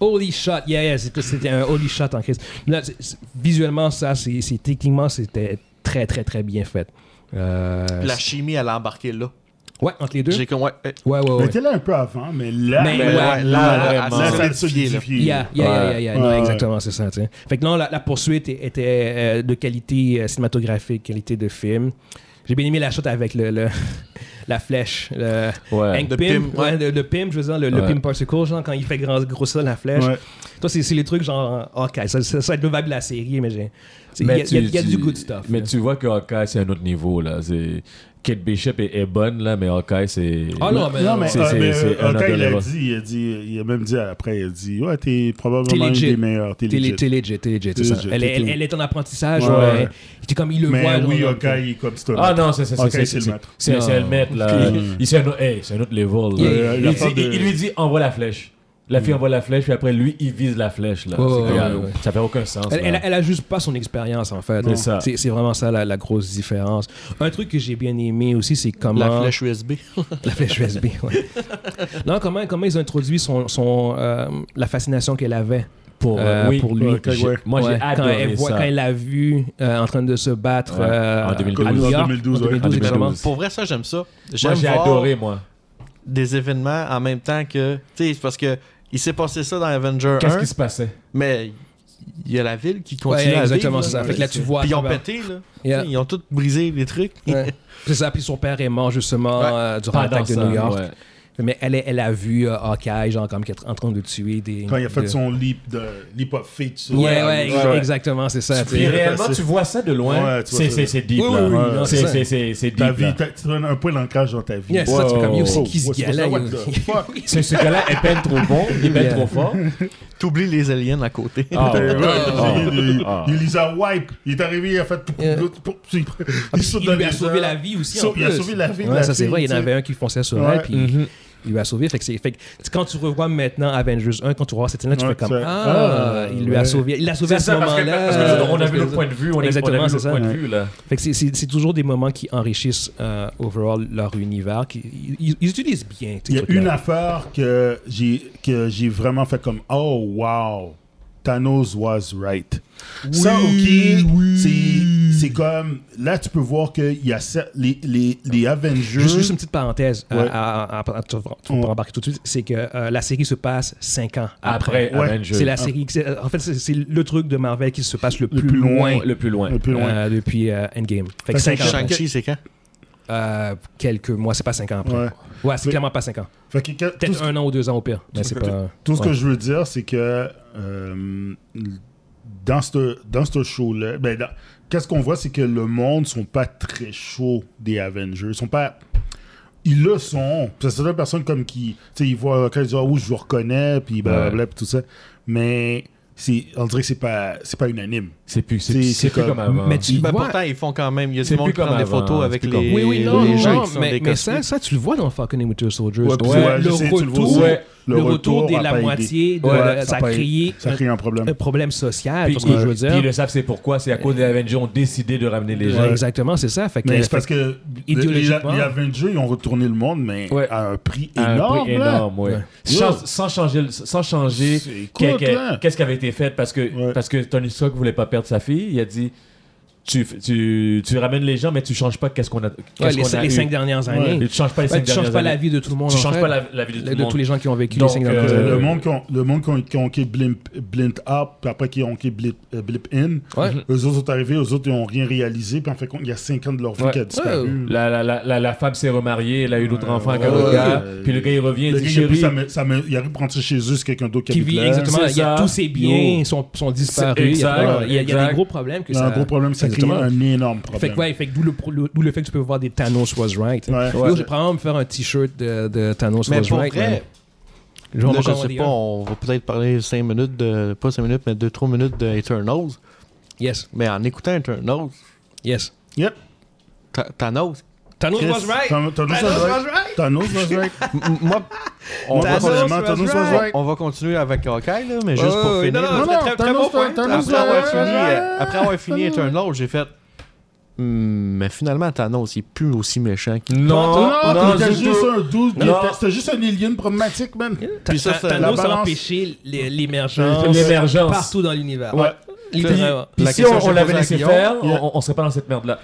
holy shot. Yeah, yeah, c'était- c'était un holy shot en crise. Là, c'est- c'est- visuellement, ça, c'est c'est- techniquement, c'était très, très, très bien fait. Euh, Puis La chimie, elle a embarqué là. c'est- ouais, entre les deux. J'ai comme, ouais, euh, Ouais, ouais, Mais ouais. t'es là un peu avant, mais là, Mais mais ouais, là, ouais, là, là, vraiment. là, ça a Ouais. solidifié. Yeah, yeah, yeah, yeah, yeah. Non, Ouais, ouais. exactement, c'est ça. tu sais. Fait que non, la, la poursuite é- était euh, de qualité euh, cinématographique, qualité de film. J'ai bien aimé la shot avec le, le- [LAUGHS] la flèche. Le, Ouais. Hank Pym, Le Pym, ouais, ouais. le, le Pym, je veux dire, le, le Ouais. Pym Particle, genre quand il fait grand- grossir la flèche. Ouais. Toi, c'est c'est les trucs genre, ah, ok, ça, ça, ça va être le vibe de la série, mais j'ai. c'est- Il y Mais a, il y a- il y a tu- du tu- good stuff. Mais là. tu vois que Hawkeye, c'est un autre niveau. là. C'est- Kate Bishop est, est bonne, là, mais Hawkeye, c'est. Ah non, mais. Non, mais, C'est- euh, c'est- mais, c'est euh, un quand il a autre dit, il a dit, il a même dit après, il a dit, ouais, t'es probablement T'es une legit. des meilleures, t'es T'es legit. t'es legit, t'es legit, c'est ça. Legit, Elle, est- t'es elle, tout. elle est en apprentissage, ouais. Ouais. T'es comme il le Mais voit. oui, genre, ok, il est comme c'est un Ah maître. non, c'est c'est- Hawkeye, c'est- c'est le c'est- maître. c'est- c'est Non. le maître, là. Il- C'est un, autre- hey, c'est un autre level. là. Yeah. Il, La dit- part de- il- il lui dit envoie la flèche. La fille envoie la flèche, puis après, lui, il vise la flèche. Là. Ouais, C'est ouais, comme, Oh, ouais, euh, ouais. Ça fait aucun sens. Elle, là. elle, elle a juste pas son expérience en fait. C'est ça. C'est c'est vraiment ça la, la grosse différence. Un truc que j'ai bien aimé aussi, c'est comment. la flèche USB. [LAUGHS] La flèche USB, ouais. Non, comment, comment ils ont introduit son, son, euh, la fascination qu'elle avait Pour, euh, euh, oui, pour lui. ok, J'ai- ouais. Moi, Ouais, j'ai quand adoré elle voit- ça. Quand elle l'a vu euh, en train de se battre Ouais, euh, en 2012. à New En York, 2012, ouais. en 2012, En exactement. 2012. Pour vrai, ça, j'aime ça. J'aime Moi, j'ai voir adoré, moi. des événements en même temps que. Tu sais, c'est parce que il s'est passé ça dans Avenger Qu'est-ce 1, qui se passait mais il y a la ville qui continue à exactement, vivre, c'est ça. Fait que là, tu Puis vois à ils ont travers- pété, là. Yeah. Tu sais, Ils ont tous brisé les trucs. Ouais. [LAUGHS] C'est ça, puis son père est mort justement Ouais. euh, durant Pendant l'attaque de ça, New York. ouais. Mais elle, est- elle a vu euh, Hawkeye, genre, comme qu'il est en train de tuer des. Quand il a fait de- son leap de leap of faith sur Ouais, ouais, la- ex- exactement, c'est ça. tu Puis sais. réellement, tu vois ça de loin. Ouais, tu vois c'est ça. c'est- c'est deep, Oui, là. oui, oui, non, C'est- c'est ça. c'est- C'est c'est deep, Ta vie, là. t'as- tu donnes un point d'ancrage dans ta vie. Yeah, c'est ça, tu es comme, yo, c'est Wow. qui ce Ouais, c'est pour gars-là ça, what yo? [LAUGHS] the fuck? Ce, ce gars-là est peine trop bon, il est peine Yeah. trop fort. T'oublies les aliens à côté. Ah, Ouais, ouais. il- il- Ah. Il les a wipe. Il est arrivé, il a fait. Yeah. Il Ah, puis saute il dans lui a les sauvé airs. la vie aussi. Sau- en il a plus. sauvé la vie de Ouais, la ça, c'est fille, vrai. Il y en tu sais. avait un qui fonçait sur Ouais. elle, puis Mm-hmm. il lui a sauvé. Fait que, c'est- fait que c'est- quand tu revois maintenant Avengers 1, quand tu revois cette scène-là, tu Ouais, fais comme c'est- Ah, ah, il lui a ouais. sauvé. Il l'a sauvé à ce moment-là. Euh, parce on parce avait que- notre point de vue, on avait Exactement, notre c'est ça. point de vue, là. Fait que c'est- c'est c'est toujours des moments qui enrichissent euh, overall leur univers. qui- ils, ils utilisent bien. Il y a une affaire que j'ai que j'ai vraiment fait comme oh wow Thanos was right. ça ok, c'est c'est comme là tu peux voir qu'il y a cer- les les les Avengers. Juste, juste une petite parenthèse, euh, Ouais. à- à- à- tu vas- tu vas Ouais. pas embarquer tout de suite, c'est que euh, la série se passe 5 ans après. Après, Ouais. Avengers. C'est la série, qui- c'est- en fait, c'est c'est le truc de Marvel qui se passe le plus, plus loin, loin. Le plus loin. Le plus loin. euh, depuis euh, Endgame. Fait que Fait 5 que ans. après. Shang-Chi, c'est quand Euh, quelques mois, c'est pas 5 ans après. Ouais, Ouais. c'est Mais- clairement pas 5 ans. Fait que que- tout Peut-être ce, un an ou deux ans au pire. Mais c'est pas. tout ce ouais. que je veux dire c'est que euh, dans ce dans ce show là ben dans- qu'est-ce qu'on voit c'est que le monde sont pas très chauds des Avengers, Ils sont pas ils le sont. Parce que certaines personnes comme qui, tu sais, ils voient Rocket, ils disent, ah oui, je vous reconnais, puis blablabla, puis tout ça. Mais c'est, on dirait que c'est pas, c'est pas unanime. C'est plus, c'est, C'est- c'est, c'est plus comme- comme avant. Mais tu Ben, vois- Pourtant, ils font quand même. Il y a C'est du monde plus qui prend comme des avant, photos c'est avec plus les, comme- Oui, oui, non, les non, gens non, qui sont mais, des mais costumes. ça, ça, tu le vois dans Falcon and Winter Soldier. Ouais, je trouve. puis ouais, je le sais, tu le retour, vois, ouais. le retour a de la pas aidé. moitié, de, Ouais, ça, a pas aidé. crée Ça un- crée un un problème. problème social. puis, tu vois ce que je veux puis ils dire. le savent, c'est pourquoi. C'est à cause des Avengers, ont décidé de ramener les gens. Ouais, Exactement, c'est ça. Fait que, Mais fait c'est parce que les, les, idéologiquement- les Avengers, ils ont retourné le monde, mais Ouais. à un prix À un énorme. prix là. énorme, ouais. Ouais. Sans, Yo. sans changer, le- sans changer C'est que- écoute, que- là. qu'est-ce qui avait été fait parce que, Ouais. parce que Tony Stark voulait pas perdre sa fille. Il a dit tu, tu, tu ramènes les gens, mais tu changes pas qu'est-ce qu'on a. Qu'est-ce ouais, les, qu'on a les eu. cinq dernières années. Et tu changes pas les Ouais, cinq tu changes dernières pas la années. vie de tout le monde. Tu en changes fait, pas la, la vie de tout le monde. tous les gens qui ont vécu Donc, les cinq dernières euh, années. le monde qui ont, le monde qui ont, qui ont qui blimp, blint up, puis après qui ont qui blip, euh, blip in, Ouais. eux autres sont arrivés, eux autres ils n'ont rien réalisé, puis en fait, compte, il y a 5 ans de leur vie Ouais. qui a disparu. La, la, la, la, la femme s'est remariée, elle a eu d'autres Ouais, enfants ouais, qu'un autre ouais. gars. Puis le gars il revient, il Le dit gars, il a pris chérie, sa me- sa me- il a reprendre ça chez eux, c'est quelqu'un d'autre qui qui habite vit là. exactement. c'est Il y a ça. tous ses biens Yo. sont, sont disparus. Il C'est- y a- il, exact, y a, il y a exact. des gros problèmes que Il y a ça. un gros problème, ça crée Exactement. un énorme problème. Fait que, ouais, fait que d'où le, pro- le- d'où le fait que tu peux voir des Thanos was right. Ouais. Yo, je vais probablement me faire un t-shirt de, de Thanos Mais was pour right. vrai, man. Je vais Là, m'en je commander sais pas, un. on va peut-être parler 5 minutes de. Pas 5 minutes, mais 2-3 minutes de Eternals. Yes, Mais en écoutant Eternals, yes. Yep. Tha- Thanos. Thanos Chris, was right. Thanos Thanos was right. Thanos was right. m- Moi, on Moi, va, Thanos personnellement, was Thanos was right. right. on va continuer avec Hawkeye, là, mais juste Ouais, pour ouais, finir. Euh, non, non, Non, Très- non, très Thanos bon was- point. Thanos après, was avoir right. fini, euh, après avoir fini Eternals, j'ai fait. Hmm, mais finalement, Thanos, il est plus aussi méchant qu'il. non, Non, non, du c'était juste tout. un douze. Non. il était- C'était juste un alien problématique, man. Ta- Puis ça, ta- c'est- la Thanos a balance- empêché l'é- l'émergence L'émergence. partout dans l'univers. Ouais. Littéralement. Ah, Puis La si question on, que on j'ai l'avait posée à laissé Guillaume, faire, il y a- on, on serait pas dans cette merde-là.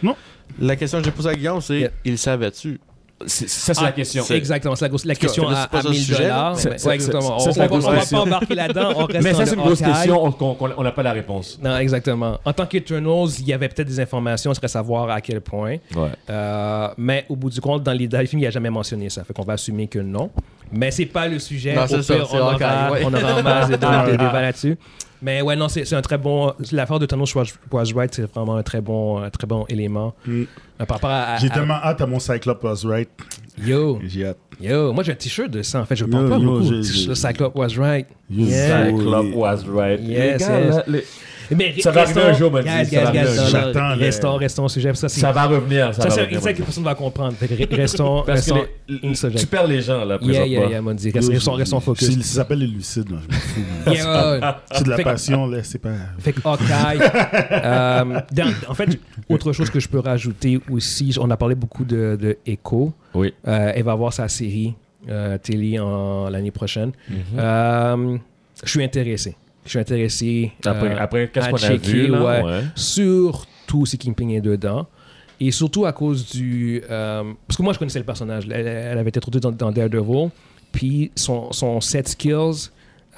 La question que j'ai posée à Guillaume, c'est Yeah. il savait-tu C'est- Ça, c'est Ah, la question. c'est- Exactement, c'est la, grosse- la question là, à, c'est pas à ça 1000 le sujet, dollars. là. C'est- Ouais, c'est- exactement. c'est- c'est la on, grosse on va question. pas embarquer là-dedans. [LAUGHS] on reste Mais dans ça, c'est le une grosse Hawkeye. question, on- qu'on- qu'on- on n'a pas la réponse. Non, exactement. En tant qu'Eternals, il y avait peut-être des informations, on serait savoir à quel point. Ouais. Euh, mais au bout du compte, dans les, dans les films, il n'y a jamais mentionné ça. Fait qu'on va assumer que non. Mais c'est pas le sujet. Non, Au c'est ça, pire, c'est on, aura, Hawkeye, ouais. on aura en masse [LAUGHS] de, de- Ah, de ah. débats là-dessus. Mais ouais, non, c'est c'est un très bon. L'affaire de Thanos Was Was Right, c'est vraiment un très bon, un très bon élément. Euh, par rapport à. à- J'ai à- tellement hâte à mon Cyclops was right. Yo, J'ai hâte. yo, moi j'ai un t-shirt de ça en fait, je parle Yo, pas yo, beaucoup. j'ai- T-shirt Cyclops Was Right. Yo, Yeah. yo. Club was right. Yes, Les gars, yes. là, les- Mais Ça restons- va arriver un jour, Monique, Guys, ça va guys, guys, arriver un non, jour. non, J'attends le- Restons, restons au sujet. parce que Ça, c'est- Ça va revenir, ça, ça, ben va c'est revenir. une que personne ne va comprendre. Fait que re- restons, [LAUGHS] Parce que restons les- une seule. tu perds les gens, là, Yeah, présentement. yeah, yeah, Mondi. Restons, restons, restons focus. C'est- Ça s'appelle les lucides. là. Yeah, ouais. C'est de la Fait que- passion, là. C'est pas. Fait que Hawkeye. [LAUGHS] euh, dans- en fait, autre chose que je peux rajouter aussi, on a parlé beaucoup de, de Echo. Oui. Euh, elle va avoir sa série euh, télé en- l'année prochaine. Mm-hmm. Euh, je suis intéressé. Je suis intéressé. Après, euh, après qu'est-ce à qu'on a checker, vu, là? ouais. ouais. surtout si Kingpin est dedans. Et surtout à cause du. euh, parce que moi, je connaissais le personnage. Elle, elle avait été trouvée dans, dans Daredevil. Puis son, son set skills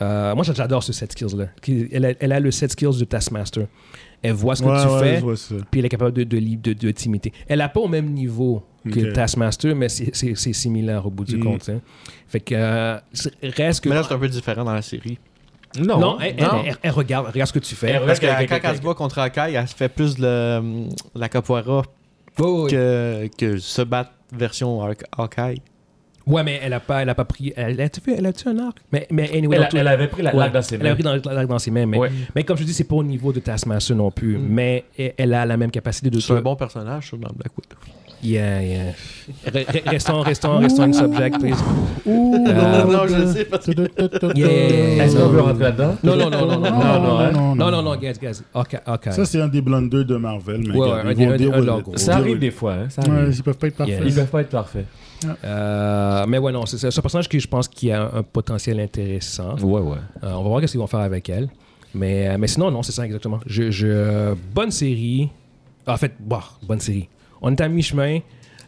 Euh, moi, j'adore ce set skills-là. Qui- Elle a, elle a le set skills du Taskmaster. Elle voit ce que Ouais, tu ouais, fais, je vois ça. puis elle est capable de, de, li- de, de t'imiter. Elle n'a pas au même niveau que le Ok. Taskmaster, mais c'est- c'est c'est similaire au bout du Mm. compte. hein. Fait que euh, c'est- reste que. Mais là, c'est un peu différent dans la série. non, elle, elle- non. elle- elle regarde, regarde ce que tu fais. Elle Parce que Correct, quand correct, elle se bat contre Akai, elle se fait plus de euh, la capoeira Oh, oui. que, que se battre version Akai. Ouais, mais elle a pas, elle a pas pris. Elle a-tu fait- elle a-tu un arc Mais, mais anyway, dans Elle, a- tout- elle avait pris la ouais, laque dans ses Elle a mains. pris dans, la laque dans ses mains. Mais, Ouais. mais comme je dis, c'est pas au niveau de Taskmaster non plus. Mais elle- elle a la même capacité de C'est te- un bon personnage, je trouve, dans Black Widow. Yeah, yeah. Re- re- restons, restons, restons in subject, please. Euh, non, je le sais, parce que- Yeah, yeah, yeah, yeah. Est-ce qu'on Euh, veut rentrer là-dedans Non, non, non, non, non, non, non, hein. non, non. non, non, non, guys, guys. Ok, ok. Ça, c'est un des blunders de Marvel, mais Ouais, regarde, ouais, un ils des- vont un- deal un with de leurs it. gros. Ça Deal arrive with des it. fois. Hein, ça Ouais, arrive. ils peuvent pas être Yeah. parfaits. Ils peuvent pas être parfaits. Euh, mais ouais, non, c'est ça. C'est un personnage qui, je pense, qui a un potentiel intéressant. Ouais, ouais. Euh, on va voir ce qu'ils vont faire avec elle. Mais, euh, mais sinon, non, c'est ça exactement. Je, je- bonne série. En fait, bah, bonne série. On est à mi-chemin.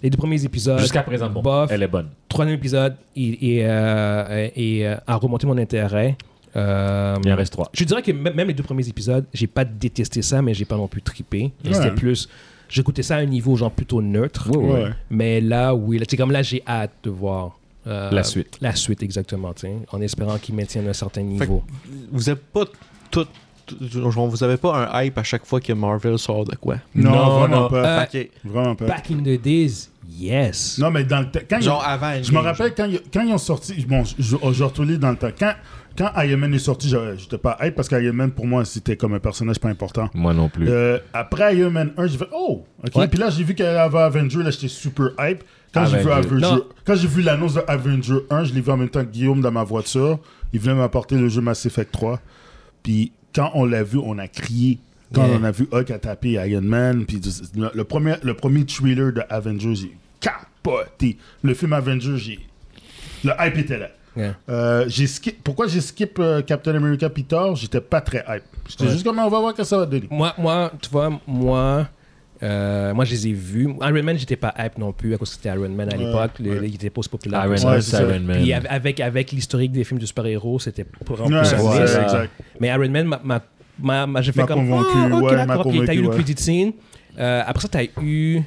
Les deux premiers épisodes. Jusqu'à présent, bon. Euh, Bof. Elle est bonne. Troisième épisode, il, il, euh, il, euh, a remonté mon intérêt. Euh, Il en reste trois. je dirais que même même les deux premiers épisodes, j'ai pas détesté ça, mais j'ai pas non plus trippé. Ouais. C'était plus. J'écoutais ça à un niveau genre plutôt neutre. Ouais, Ouais. Mais là, oui, là, c'est comme là, j'ai hâte de voir. euh, La suite. La suite, exactement, tu sais, en espérant qu'ils maintiennent un certain niveau. vous n'avez pas tout. tout- On vous avait pas un hype à chaque fois que Marvel sort de quoi. Non, Non, vraiment non. pas. Euh, Ok. Vraiment pas. Back in the days, yes. Non, mais dans le temps- quand Genre ils- avant. Je me Endgame, rappelle quand, ils- quand ils ont sorti. Bon, je, je, je retournais dans le temps. Quand, quand Iron Man est sorti, je- j'étais pas hype parce qu'Iron Man, pour moi, c'était comme un personnage pas important. Moi non plus. Euh, après Iron Man 1, j'ai fait Oh! ok Ouais. Puis là, j'ai vu qu'elle avait Avenger, là, j'étais super hype. Quand j'ai vu Avenger. Avenger, Non. quand j'ai vu l'annonce de Avenger 1, je l'ai vu en même temps que Guillaume dans ma voiture. Il venait m'apporter le jeu Mass Effect 3. Puis quand on l'a vu, on a crié. Quand Yeah. on a vu Hulk a tapé Iron Man, puis du- le, le premier, le premier thriller de Avengers, j'ai capoté. Le film Avengers, j'ai. Le hype était là. Yeah. Euh, j'ai skip... Pourquoi j'ai skip euh, Captain America puis Thor J'étais pas très hype. J'étais Ouais. juste comme on va voir que ça va donner. Moi, moi, tu vois, moi, euh, moi, je les ai vus. Iron Man, j'étais pas hype non plus à cause que c'était Iron Man à Ouais, l'époque. Le- ouais. Il était pas aussi populaire. Iron que ça. Ouais, Man, c'est ça. Iron Man. Puis av- avec, avec l'historique des films de super-héros, c'était pas vraiment Ouais, plus c'est à l'aise. ça, voilà. exact. Mais Iron Man m'a- m'a- m'a m'a- j'ai fait M'a comme convaincu, Ah, ok, ouais, d'accord. Puis t'as m'a eu convaincu, le ouais. credit scene. Euh, après ça, t'as eu. euh,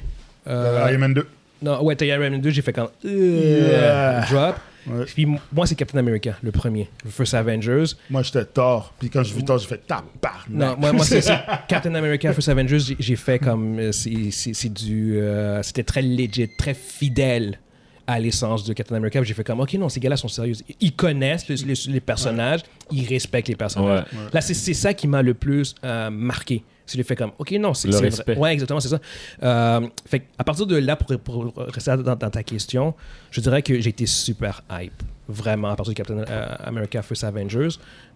Euh, Iron Man 2. non, ouais, t'as eu Iron Man 2, j'ai fait comme euh, Yeah. drop. Ouais. Puis m- moi, c'est Captain America, le premier, le First Avengers. Moi, j'étais tort. Puis quand j'ai vu tort, j'ai fait tabarnak. Non, moi, moi c'est [LAUGHS] c'est Captain America First Avengers, j'ai- j'ai fait comme. euh, c'est- c'est c'est du. euh, C'était très legit, très fidèle à l'essence de Captain America. J'ai fait comme, ok, non, ces gars-là sont sérieux. Ils connaissent les, les- les personnages, ils respectent les personnages. Ouais. Là, c'est c'est ça qui m'a le plus euh, marqué. C'est le fait comme, ok, non, c'est Le c'est vrai. respect. Ouais, exactement, c'est ça. Euh, fait que à partir de là, pour, pour rester dans, dans ta question, je dirais que j'ai été super hype, vraiment, à partir de Captain euh, America First Avengers.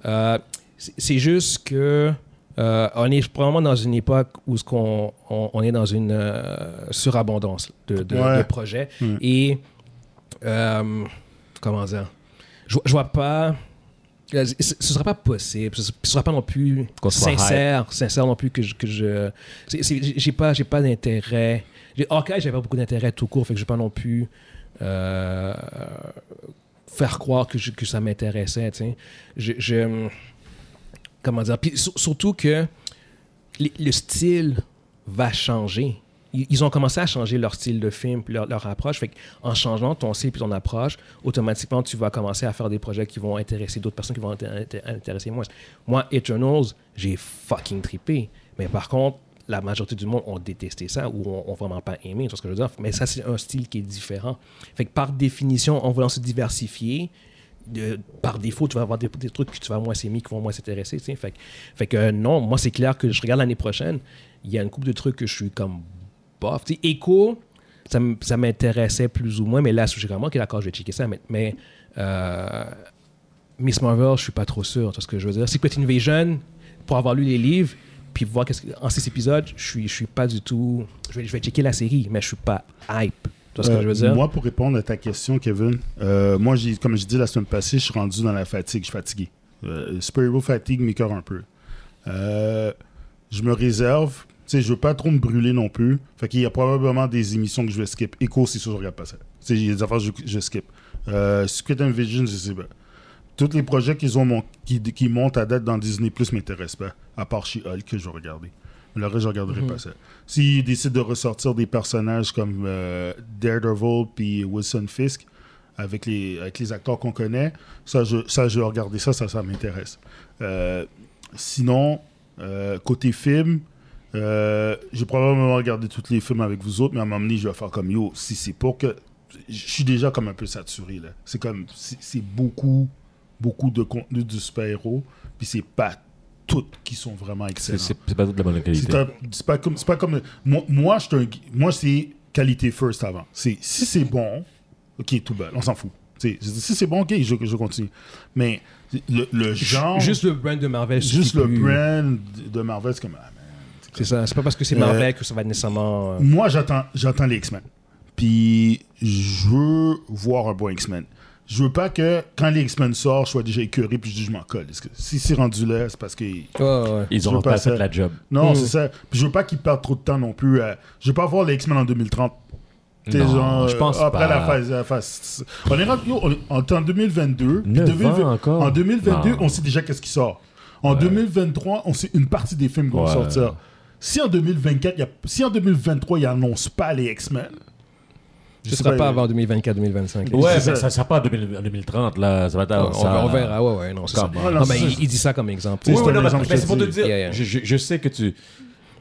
Euh, c'est- c'est juste que euh, on est probablement dans une époque où ce qu'on, on, on est dans une euh, surabondance de, de- Ouais. de projets. Hmm. Et euh, comment dire Je je vois pas. Euh, c- c- Ce sera pas possible. Ce ce sera pas non plus Qu'on soit sincère, sincère non plus que je. Que je c'est- c'est- j'ai pas, j'ai pas d'intérêt. J'ai- Ok, j'avais pas beaucoup d'intérêt tout court, fait que j'ai pas non plus euh, faire croire que, je- que ça m'intéressait. tu sais. Je, je- comment dire Puis sur- surtout que les- le style va changer. Ils ils ont commencé à changer leur style de film, puis leur, leur approche. Fait que en changeant ton style et ton approche, automatiquement, tu vas commencer à faire des projets qui vont intéresser d'autres personnes qui vont inté- inté- intéresser moins. Moi, Eternals, j'ai fucking trippé. Mais par contre, la majorité du monde ont détesté ça ou ont, ont vraiment pas aimé. Tu vois ce que je veux dire? Mais ça, c'est un style qui est différent. Fait que par définition, en voulant se diversifier, de- par défaut, tu vas avoir des, des trucs que tu vas moins s'aimer, qui vont moins s'intéresser. tu sais. Fait, que- fait que euh, non, moi, c'est clair que je regarde l'année prochaine, il y a une couple de trucs que je suis comme bof. Tu sais, Echo, ça, m- ça m'intéressait plus ou moins, mais là, je suis vraiment, ok, d'accord, je vais checker ça. Mais, mais, euh, Miss Marvel, je suis pas trop sûr, tu vois ce que je veux dire. Secret Invasion, pour avoir lu les livres, puis voir qu'est-ce que- en six épisodes, je suis, je suis pas du tout. Je vais, je vais checker la série, mais je suis pas hype. Tu vois ce que Euh, je veux dire? Moi, pour répondre à ta question, Kevin, euh, moi, j'ai- comme je dis la semaine passée, je suis rendu dans la fatigue. Je suis fatigué. Euh, Superhero fatigue m'écœure un peu. Euh, je me réserve. Tu sais, je veux pas trop me brûler non plus. Fait qu'il y a probablement des émissions que je vais skip. Écho, c'est sûr, je regarde pas ça. Tu sais, il y a des affaires que je, je skip. Euh, Secret Invasion, je sais pas. tous les projets qu'ils ont mon- qui, qui montent à date dans Disney Plus m'intéressent pas, à part chez Hulk que je vais regarder. Le reste, je regarderai pas ça. S'ils décident de ressortir des personnages comme euh, Daredevil puis Wilson Fisk avec les, avec les acteurs qu'on connaît, ça je, ça, je vais regarder ça, ça, ça m'intéresse. Euh, sinon, euh, côté film, euh, j'ai probablement regardé tous les films avec vous autres, mais à un moment donné, je vais faire comme yo. Si c'est pour que. Je suis déjà comme un peu saturé, là. C'est comme. C'est c'est beaucoup, beaucoup de contenu du super-héros, puis c'est pas toutes qui sont vraiment C'est- excellentes. C'est c'est pas toute la bonne qualité. C'est un- c'est pas comme. C'est pas comme moi, moi, je suis un gui- moi, c'est qualité first avant. C'est si c'est bon, ok, tout bon, on s'en fout. C'est- je dis, si c'est bon, ok, je, je continue. Mais le, le genre, Juste juste, le brand de Marvel. c'est qui le plus- brand de Marvel, c'est comme. ah, man. C'est ça. C'est pas parce que c'est Euh, Mm. Marvel que ça va nécessairement. euh, Moi, j'attends, j'attends les X-Men. Puis je veux voir un bon X-Men. Je veux pas que quand les X-Men sortent, je sois déjà écœuré puis je dis je m'en colle. Parce que si c'est rendu là, c'est parce que ouais, ouais. Ils Je ont veux pas pas fait ça. la job. Non, Mm. c'est ça. Puis je veux pas qu'ils perdent trop de temps non plus. à- Je veux pas voir les X-Men en 2030. T'es Non, genre, je euh, pense après pas. la phase, la phase- On est rendu, yo, on est- on est en 2022. puis Neuf 2020 ans encore. En 2022, Non. on sait déjà qu'est-ce qui sort. En 2023, on sait une partie des films qui vont Ouais. sortir. Si en 2024, y a- si en 2023, ils annoncent pas les X-Men, je Ce sais sera pas euh, avant 2024-2025. Ouais, mais C'est ça. ça sera pas en 2000 en 2030, là. Ça va être On, à- ça- on verra. Ouais, ouais, non, c'est ça. Come on. Ouais, Non, mais Ah, c'est ça. il, il dit ça comme exemple. C'est Oui, un oui, non, mais- exemple que mais je c'est pour te te dis. dire, Yeah, yeah. Je, je- je sais que tu.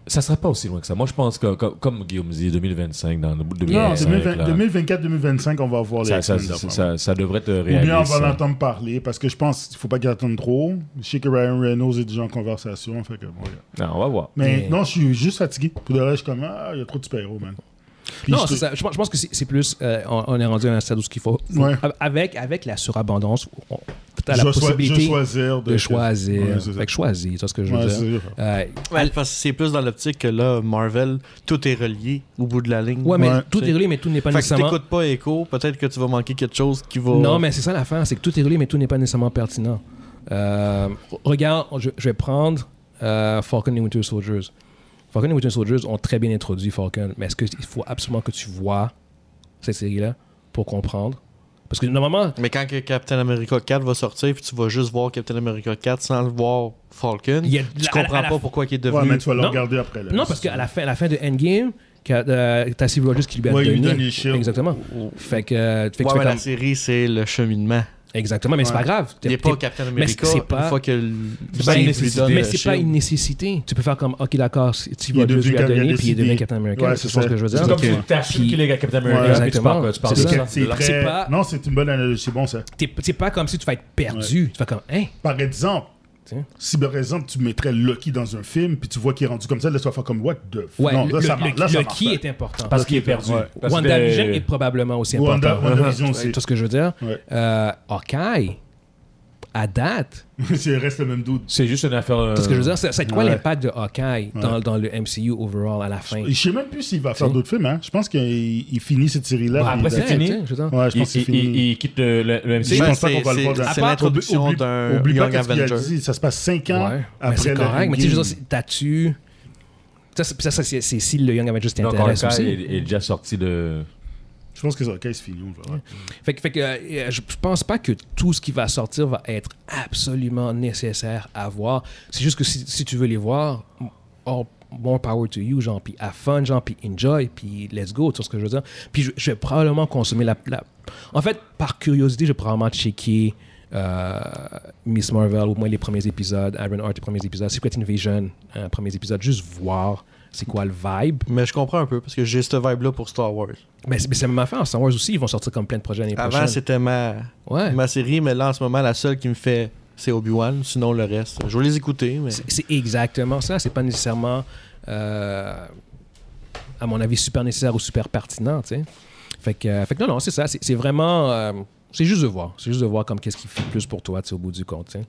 Ça sera pas aussi loin que ça. Moi, je pense que, comme, comme Guillaume dit, 2025, dans le bout de Non, 2025. 2020 là, 2024-2025, on va voir les ça, ça, X-Men. ça, d'après moi. ça- ça devrait être Ou réaliste. bien on va ça. l'entendre parler, parce que je pense qu'il faut pas qu'il attende trop. Je sais que Ryan Reynolds est déjà en conversation, fait que bon, regarde. Non, on va voir. Mais Mais- non, je suis juste fatigué. Pour de vrai, je suis comme, ah, il y a trop de super-héros, man. Puis Non, je- c'est ça. Je pense, je pense que c'est c'est plus. euh, on, on est rendu à un stade où ce qu'il faut. faut- Ouais. Avec, avec la surabondance, on- t'as je la vais choi- je vais possibilité choisir de, de choisir. Ouais, c'est ça. fait que choisir, tu vois ce que je veux Ouais, dire. c'est ça. Euh, Ouais, parce que c'est plus dans l'optique que là, Marvel, tout est relié au bout de la ligne. ouais, mais Ouais, tout c'est- est relié, mais tout n'est pas Fait que si nécessairement. t'écoutes pas Echo, peut-être que tu vas manquer quelque chose qui va. Non, mais c'est ça l'affaire, c'est que tout est relié, mais tout n'est pas nécessairement pertinent. Euh, regarde, je, je vais prendre euh, Falcon et Winter Soldiers. Falcon et Winter Soldiers ont très bien introduit Falcon, mais est-ce qu'il faut absolument que tu vois cette série-là pour comprendre Parce que normalement, Mais quand que Captain America 4 va sortir, puis tu vas juste voir Captain America 4 sans le voir Falcon, Il y a- tu à- comprends à la- pas pourquoi il est Ouais, devenu. mais tu vas le Non. regarder après. Là. non, parce qu'à la fin, à la fin de Endgame, qu'à- euh, t'as Steve Rogers qui lui a Ouais, il lui donné- donne les shields. Exactement. Fait que, euh, fait que Ouais, tu fais mais la comme- série, c'est le cheminement. Exactement, mais c'est Ouais. pas grave. Il n'est T'es- pas t'es- Captain mais America c'est une pas- fois que le- C'est pas Steve une lui donne nécessité. Ben, Mais le c'est pas shield. une nécessité. Tu peux faire comme, ok, d'accord, si Il est Rogers devenu lui a Cap- il a donné, puis il décidé. devient Captain America. Ouais, c'est c'est ce ça. que je veux dire. C'est comme Donc, si euh, tu t'achètes Puis- qu'il est Captain Ouais, America, puis tu exactement. parles tu parles C'est de ça. ça. C'est Là, très- c'est pas- Non, c'est une bonne analogie, c'est bon ça. t'es c'est pas comme si tu vas être perdu. Tu vas comme, hein? Par exemple, Tiens. si par exemple tu mettrais Lucky dans un film, puis tu vois qu'il est rendu comme ça, là tu vas faire comme what the f- Ouais, Non, le, là ça le- marche. le- Là, ça le marche qui pas. est important. Parce qu'il est perdu. Ouais. Parce que- WandaVision est probablement aussi important. Wanda- WandaVision Tu aussi. vois ce que je veux dire? Ouais. Euh, Hawkeye, à date, [LAUGHS] Il reste le même doute. C'est juste une affaire. tu vois ce que je veux dire? Ça, ça va être quoi Ouais. l'impact de Hawkeye dans, dans le MCU overall à la fin? Je sais même plus s'il va faire d'autres films, hein. Je pense qu'il il finit cette série-là. Bah, puis après, il- c'est Ouais, fini. tu sais, je veux dire. Ouais, euh, je Il, pense que c'est il- fini. il- il quitte le, le- le MCU. Je Ouais, pense pas c'est- qu'on va le voir c'est- dans- À C'est part- l'introduction Oublie- d'un Oublie pas Young qu'est-ce qu'il a Avenger. dit, ça se passe 5 ans Ouais. Mais après c'est le correct. Mais tu sais, je veux Endgame. dire, c'est- t'as-tu. Ça, c'est- ça, ça, c'est c'est si le Young Avengers Donc, t'intéresse Hawkeye aussi. est, est déjà sorti de. Je pense que ça, ok, c'est fini, on le verra. Fait, que- fait que euh, je je pense pas que tout ce qui va sortir va être absolument nécessaire à voir. C'est juste que si, si tu veux les voir, oh, more power to you, genre, puis have fun, genre, puis enjoy, puis let's go, tu vois ce que je veux dire. Puis je, je vais probablement consommer la, la- En fait, par curiosité, je vais probablement checker euh, Miss Marvel, au moins les premiers épisodes, Iron Heart, les premiers épisodes, Secret Invasion, euh, premiers épisodes, juste voir c'est quoi le vibe. Mais je comprends un peu, parce que j'ai cette vibe-là pour Star Wars. Mais c'est mais c'est la même affaire, Star Wars aussi, ils vont sortir comme plein de projets l'année Avant, prochaine. c'était ma... Ouais. ma série, mais là, en ce moment, la seule qui me fait, c'est Obi-Wan. Sinon, le reste, je vais les écouter, mais... C'est- C'est exactement ça. C'est pas nécessairement, euh, à mon avis, super nécessaire ou super pertinent. tu sais. Fait que, euh, fait que non, non, c'est ça. C'est c'est vraiment. euh, c'est juste de voir. C'est juste de voir comme qu'est-ce qui fait le plus pour toi tu sais, au bout du compte. tu sais.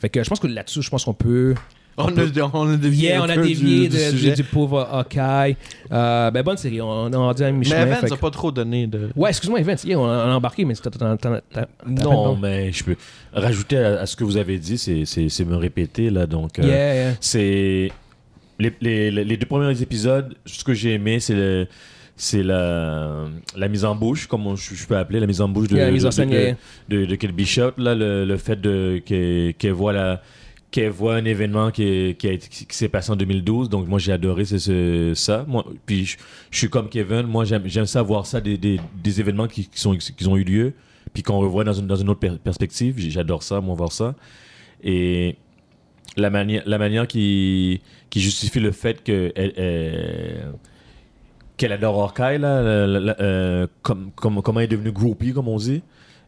Fait que euh, je pense que là-dessus, je pense qu'on peut. On a, on a dévié Yeah, un on a peu dévié du, du de- du, sujet. du pauvre Hawkeye. Euh, ben, bonne série. On est rendu à Mais mi-chemin. Evan fait n'a que- pas trop donné de... Ouais, excuse-moi, Evans. Yeah, on a on a embarqué, mais t'as- t'as- t'as- t'as- t'as- Non, t'as- mais je peux rajouter à, à ce que vous avez dit, c'est- c'est c'est me répéter là. Donc, euh, Yeah, yeah. c'est les, les- les deux premiers épisodes. Ce que j'ai aimé, c'est le- c'est la, la mise en bouche, comme on- je, je peux appeler, la mise en bouche de, Yeah, la mise en de- scène, de- yeah, yeah. de, de Kate Bishop, là, le, le fait de qu'elle qu'elle voit la qu'elle voit un événement qui, est- qui, a été- qui s'est passé en 2012. Donc, moi, j'ai adoré c'est ce- ça. Moi, puis, je, je suis comme Kevin. Moi, j'aime j'aime ça voir ça, des, des, des événements qui, qui sont, qui ont eu lieu, puis qu'on revoit dans une, dans une autre per- perspective. J'ai- J'adore ça, moi, voir ça. Et la, mani la manière qui, qui justifie le fait que elle- elle- qu'elle adore Hawkeye, là, la- la- la- euh, comme, comme, comment elle est devenue groupie, comme on dit.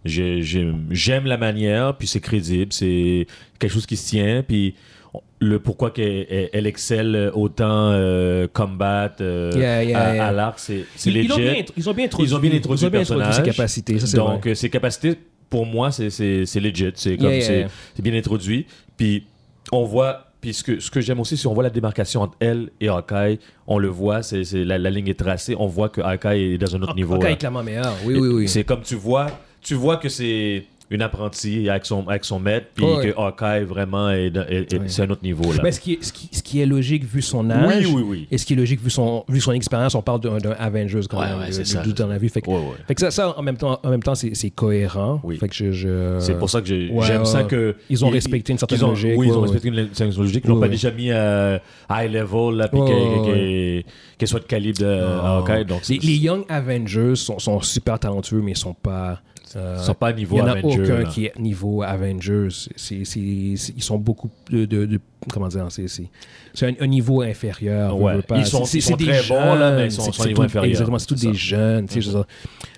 J'ai- J'aime j'aime la manière, puis c'est crédible, c'est quelque chose qui se tient, puis on- le pourquoi qu'elle elle, elle excelle autant euh, combat euh, Yeah, yeah, à, yeah. à l'arc, c'est c'est Ils, legit. ils ont bien, intro- ils ont bien introduit, Ils ont bien introduit ils ont bien le introduit ses personnage. capacités. Ça, c'est Donc, vrai. euh, ses capacités, pour moi, c'est- c'est c'est legit. C'est comme- Yeah, yeah, c'est- yeah. c'est bien introduit. Puis, on voit. Puis, ce que, ce que j'aime aussi, c'est qu'on voit la démarcation entre elle et Hawkeye. On le voit, c'est c'est- la, la ligne est tracée. On voit que Hawkeye est dans un autre niveau. Ok, là. clairement meilleur. Oui, oui, oui. C'est comme tu vois, tu vois que c'est une apprentie avec son, avec son maître. Puis, Ouais. que Hawkeye, vraiment, est, dans- est- est- Ouais. c'est un autre niveau. Là. Mais ce qui, est, ce, qui, ce qui est logique vu son âge oui, oui, oui. et ce qui est logique vu son, vu son expérience, on parle d'un d'un Avengers quand Ouais, même, ouais, de- c'est de- ça. d'où t'en as vu. Fait que, Ouais, ouais. fait que ça, ça, en même temps, en même temps c'est c'est cohérent. Oui. Fait que je, je- C'est pour ça que j'ai- Ouais, j'aime ouais. ça que. Ils ont ils- respecté une certaine qu'ils ont- logique. Oui, ils ouais, ont ouais. respecté une certaine logique. Ils l'ont Ouais, pas ouais. déjà mis à high level, là, puis Ouais, qu'elle- ouais, qu'elle- qu'elle soit de calibre de Hawkeye. euh, Donc, Les, c'est- les Young Avengers sont, sont super talentueux, mais ils sont pas. euh, ils sont pas à il niveau n'y en a Avenger. aucun là. qui est niveau Avengers. C'est- c'est- c'est- c'est- ils sont beaucoup de. de- de- comment dire C'est, c'est- c'est un, un niveau inférieur. veux, Ouais. veux pas. Ils sont- C'est- c'est- ils sont c'est des très bons, là, mais ils jeunes. sont- C'est- sont c'est niveau tout- inférieur. Exactement, c'est tous C'est ça. Mm-hmm. des jeunes. tu sais, je veux dire,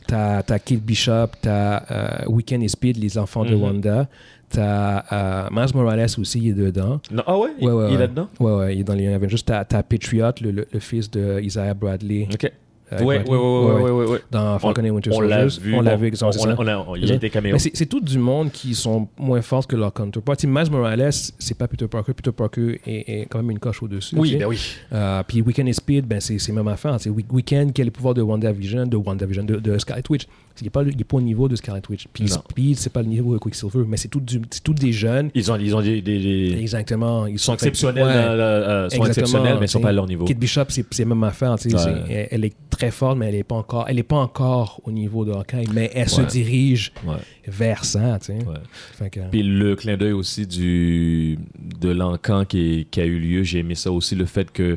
T'as, t'as Kill Bishop, t'as euh, Weekend et Speed, les enfants de Mhm. Wanda. T'as euh, Miles Morales aussi, il est dedans. Non, ah ouais, il- Ouais, ouais, il est ouais. là-dedans. Ouais, ouais, il est dans les Young Avengers. T'as, t'as Patriot, le, le- le fils de Isaiah Bradley. Ok. Euh, Ouais, ouais, Bradley. ouais, ouais, ouais, ouais, ouais. Dans Falcon et Winter On l'a Soldier. vu. On l'a vu, on- exactement, c'est on ça. l'a- on l'a- on- Il C'est a ça. été caméo. Mais c'est c'est tout du monde qui sont moins forts que leur counterpart. Tu sais, Miles Morales, c'est pas Peter Parker. Peter Parker est, est quand même une coche au-dessus. tu Oui, sais. ben oui. Euh, puis Weekend et Speed, ben c'est c'est même affaire. C'est Week- Weekend, quel est le pouvoir de WandaVision, de WandaVision, de, de Scarlet Witch. Il n'est pas, il est pas au niveau de Scarlet Witch. Puis Non. Speed, c'est pas le niveau de Quicksilver, mais c'est tout, du- c'est tout des jeunes. Ils ont, ils ont des, des- des- Exactement. Ils Ils sont exceptionnels, Ouais. dans la- euh, sont Exactement, exceptionnels, mais ils sont tu pas à sais. leur niveau. Kate Bishop, c'est c'est même affaire. tu sais, Ouais. c'est- Elle, elle est très forte, mais elle n'est pas, encore- elle est pas encore au niveau de Hawkeye. Mais elle se Ouais. dirige Ouais. vers ça. tu sais. Ouais. Fait que- Puis le clin d'œil aussi du, de l'encan qui, qui a eu lieu, j'ai aimé ça aussi, le fait que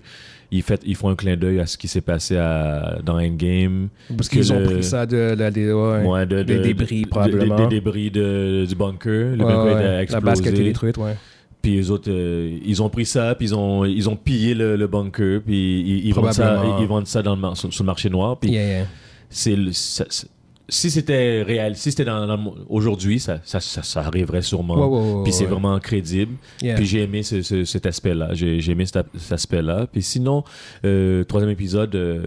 ils, fait, ils font un clin d'œil à ce qui s'est passé à, dans Endgame. Parce qu'ils que ont le- pris ça de la des, ouais. Ouais, de- Des de- débris, de- de- probablement. Des, débris de, du bunker. Le Ouais, bunker ouais. était La explosé. base qui a été détruite, ouais. Puis les autres, euh, ils ont pris ça, puis ils ont, ils ont pillé le, le bunker, puis ils, ils, vendent ça, Probablement. ils vendent ça dans le, mar- sur, sur le marché noir. Puis Yeah, yeah. c'est le- ça- c'est- si c'était réel, si c'était dans, dans- aujourd'hui, ça, ça, ça, ça arriverait sûrement. Ouais, ouais, ouais, puis c'est ouais. vraiment crédible. Yeah. Puis j'ai aimé ce- ce- cet aspect-là. J'ai j'ai aimé cet, ap- cet aspect-là. Puis sinon, euh, troisième épisode, euh,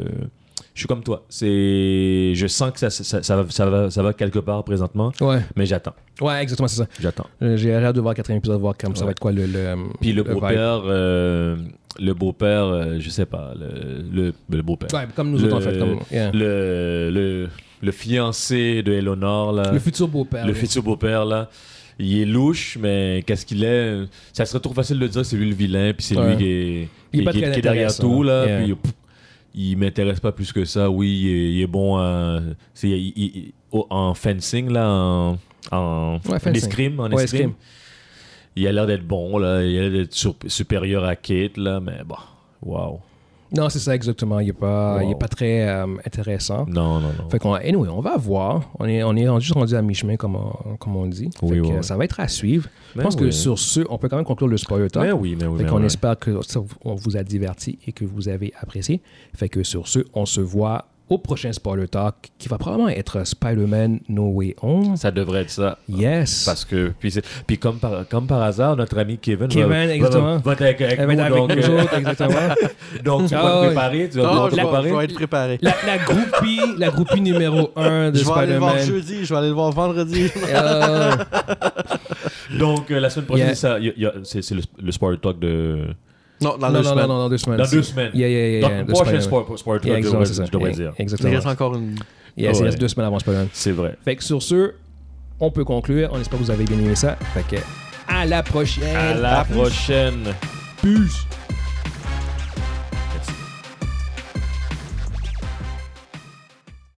je suis comme toi. C'est, je sens que ça, ça, ça, va, ça, va, ça va quelque part présentement, Ouais. mais j'attends. ouais, exactement, c'est ça. J'attends. Euh, J'ai hâte de voir le quatrième épisode, voir comme ça va être quoi le. le Puis le vibe. beau-père, euh, le beau-père, euh, je sais pas, le, le, le beau-père. Ouais, comme nous le, autres, en fait. Comme, yeah. le, le, le, le fiancé de Eleanor, là. futur beau-père. Le Ah, oui. futur beau-père, là. Il est louche, mais qu'est-ce qu'il est Ça serait trop facile de dire que c'est lui le vilain, puis c'est Ouais. lui qui est, Il est pas qui très qui est derrière intéressant. hein. tout, là. Yeah. Puis pff, il m'intéresse pas plus que ça. Oui, il est, il est bon à- c'est- il- il- au- en fencing, là, en, en Ouais, fencing. escrime. En Ouais, escrime. escrime. Il a l'air d'être bon, là. Il a l'air d'être sur- supérieur à Kate, là, mais bon, waouh. Non, c'est ça, exactement. Il n'est pas, il est Wow. pas très euh, intéressant. Non, non, non. Fait qu'on, anyway, on va voir. On est, on est rendu, rendu à mi-chemin, comme on, comme on dit. Fait Oui, que, ouais. euh, Ça va être à suivre. Ben Je pense que oui. Ben sur ce, on peut quand même conclure le spoiler talk. Mais oui, mais oui. Fait mais qu'on oui. espère que ça vous- on vous a diverti et que vous avez apprécié. Fait que sur ce, on se voit au prochain spoiler talk qui va probablement être Spider-Man No Way Home. Ça devrait être ça. Yes. Parce que, puis, c'est- puis comme, par, comme par hasard, notre ami Kevin, va- Kevin, va, exactement. va- va être avec, avec Elle va nous. être avec donc, nous euh, [LAUGHS] autres, ben, exactement. donc, tu Ah vas ouais. te préparer, tu vas Non, pouvoir je te vais- préparer. je vais être préparé. La, la groupie, la groupie numéro 1 de Je vais aller le voir Spider-Man. jeudi, je vais aller le voir vendredi. Euh, Donc, euh, la semaine prochaine, Yeah. ça- y a- y a- c'est c'est le, le spoiler talk de. Non, non, dans deux non, non, semaines. non, dans deux semaines. Dans deux semaines. Yeah, yeah, yeah, Donc, yeah, le de prochain Spider-Man. spoil- spoiler Yeah, talk, exactement, je c'est ça. devrais- je devrais Yeah, dire. Il reste Exactement. encore une. Yes, il Ouais. reste deux semaines avant Spider-Man. C'est vrai. Fait que sur ce, on peut conclure. On espère que vous avez bien aimé ça. Fait que à la prochaine. À la prochaine. Peace.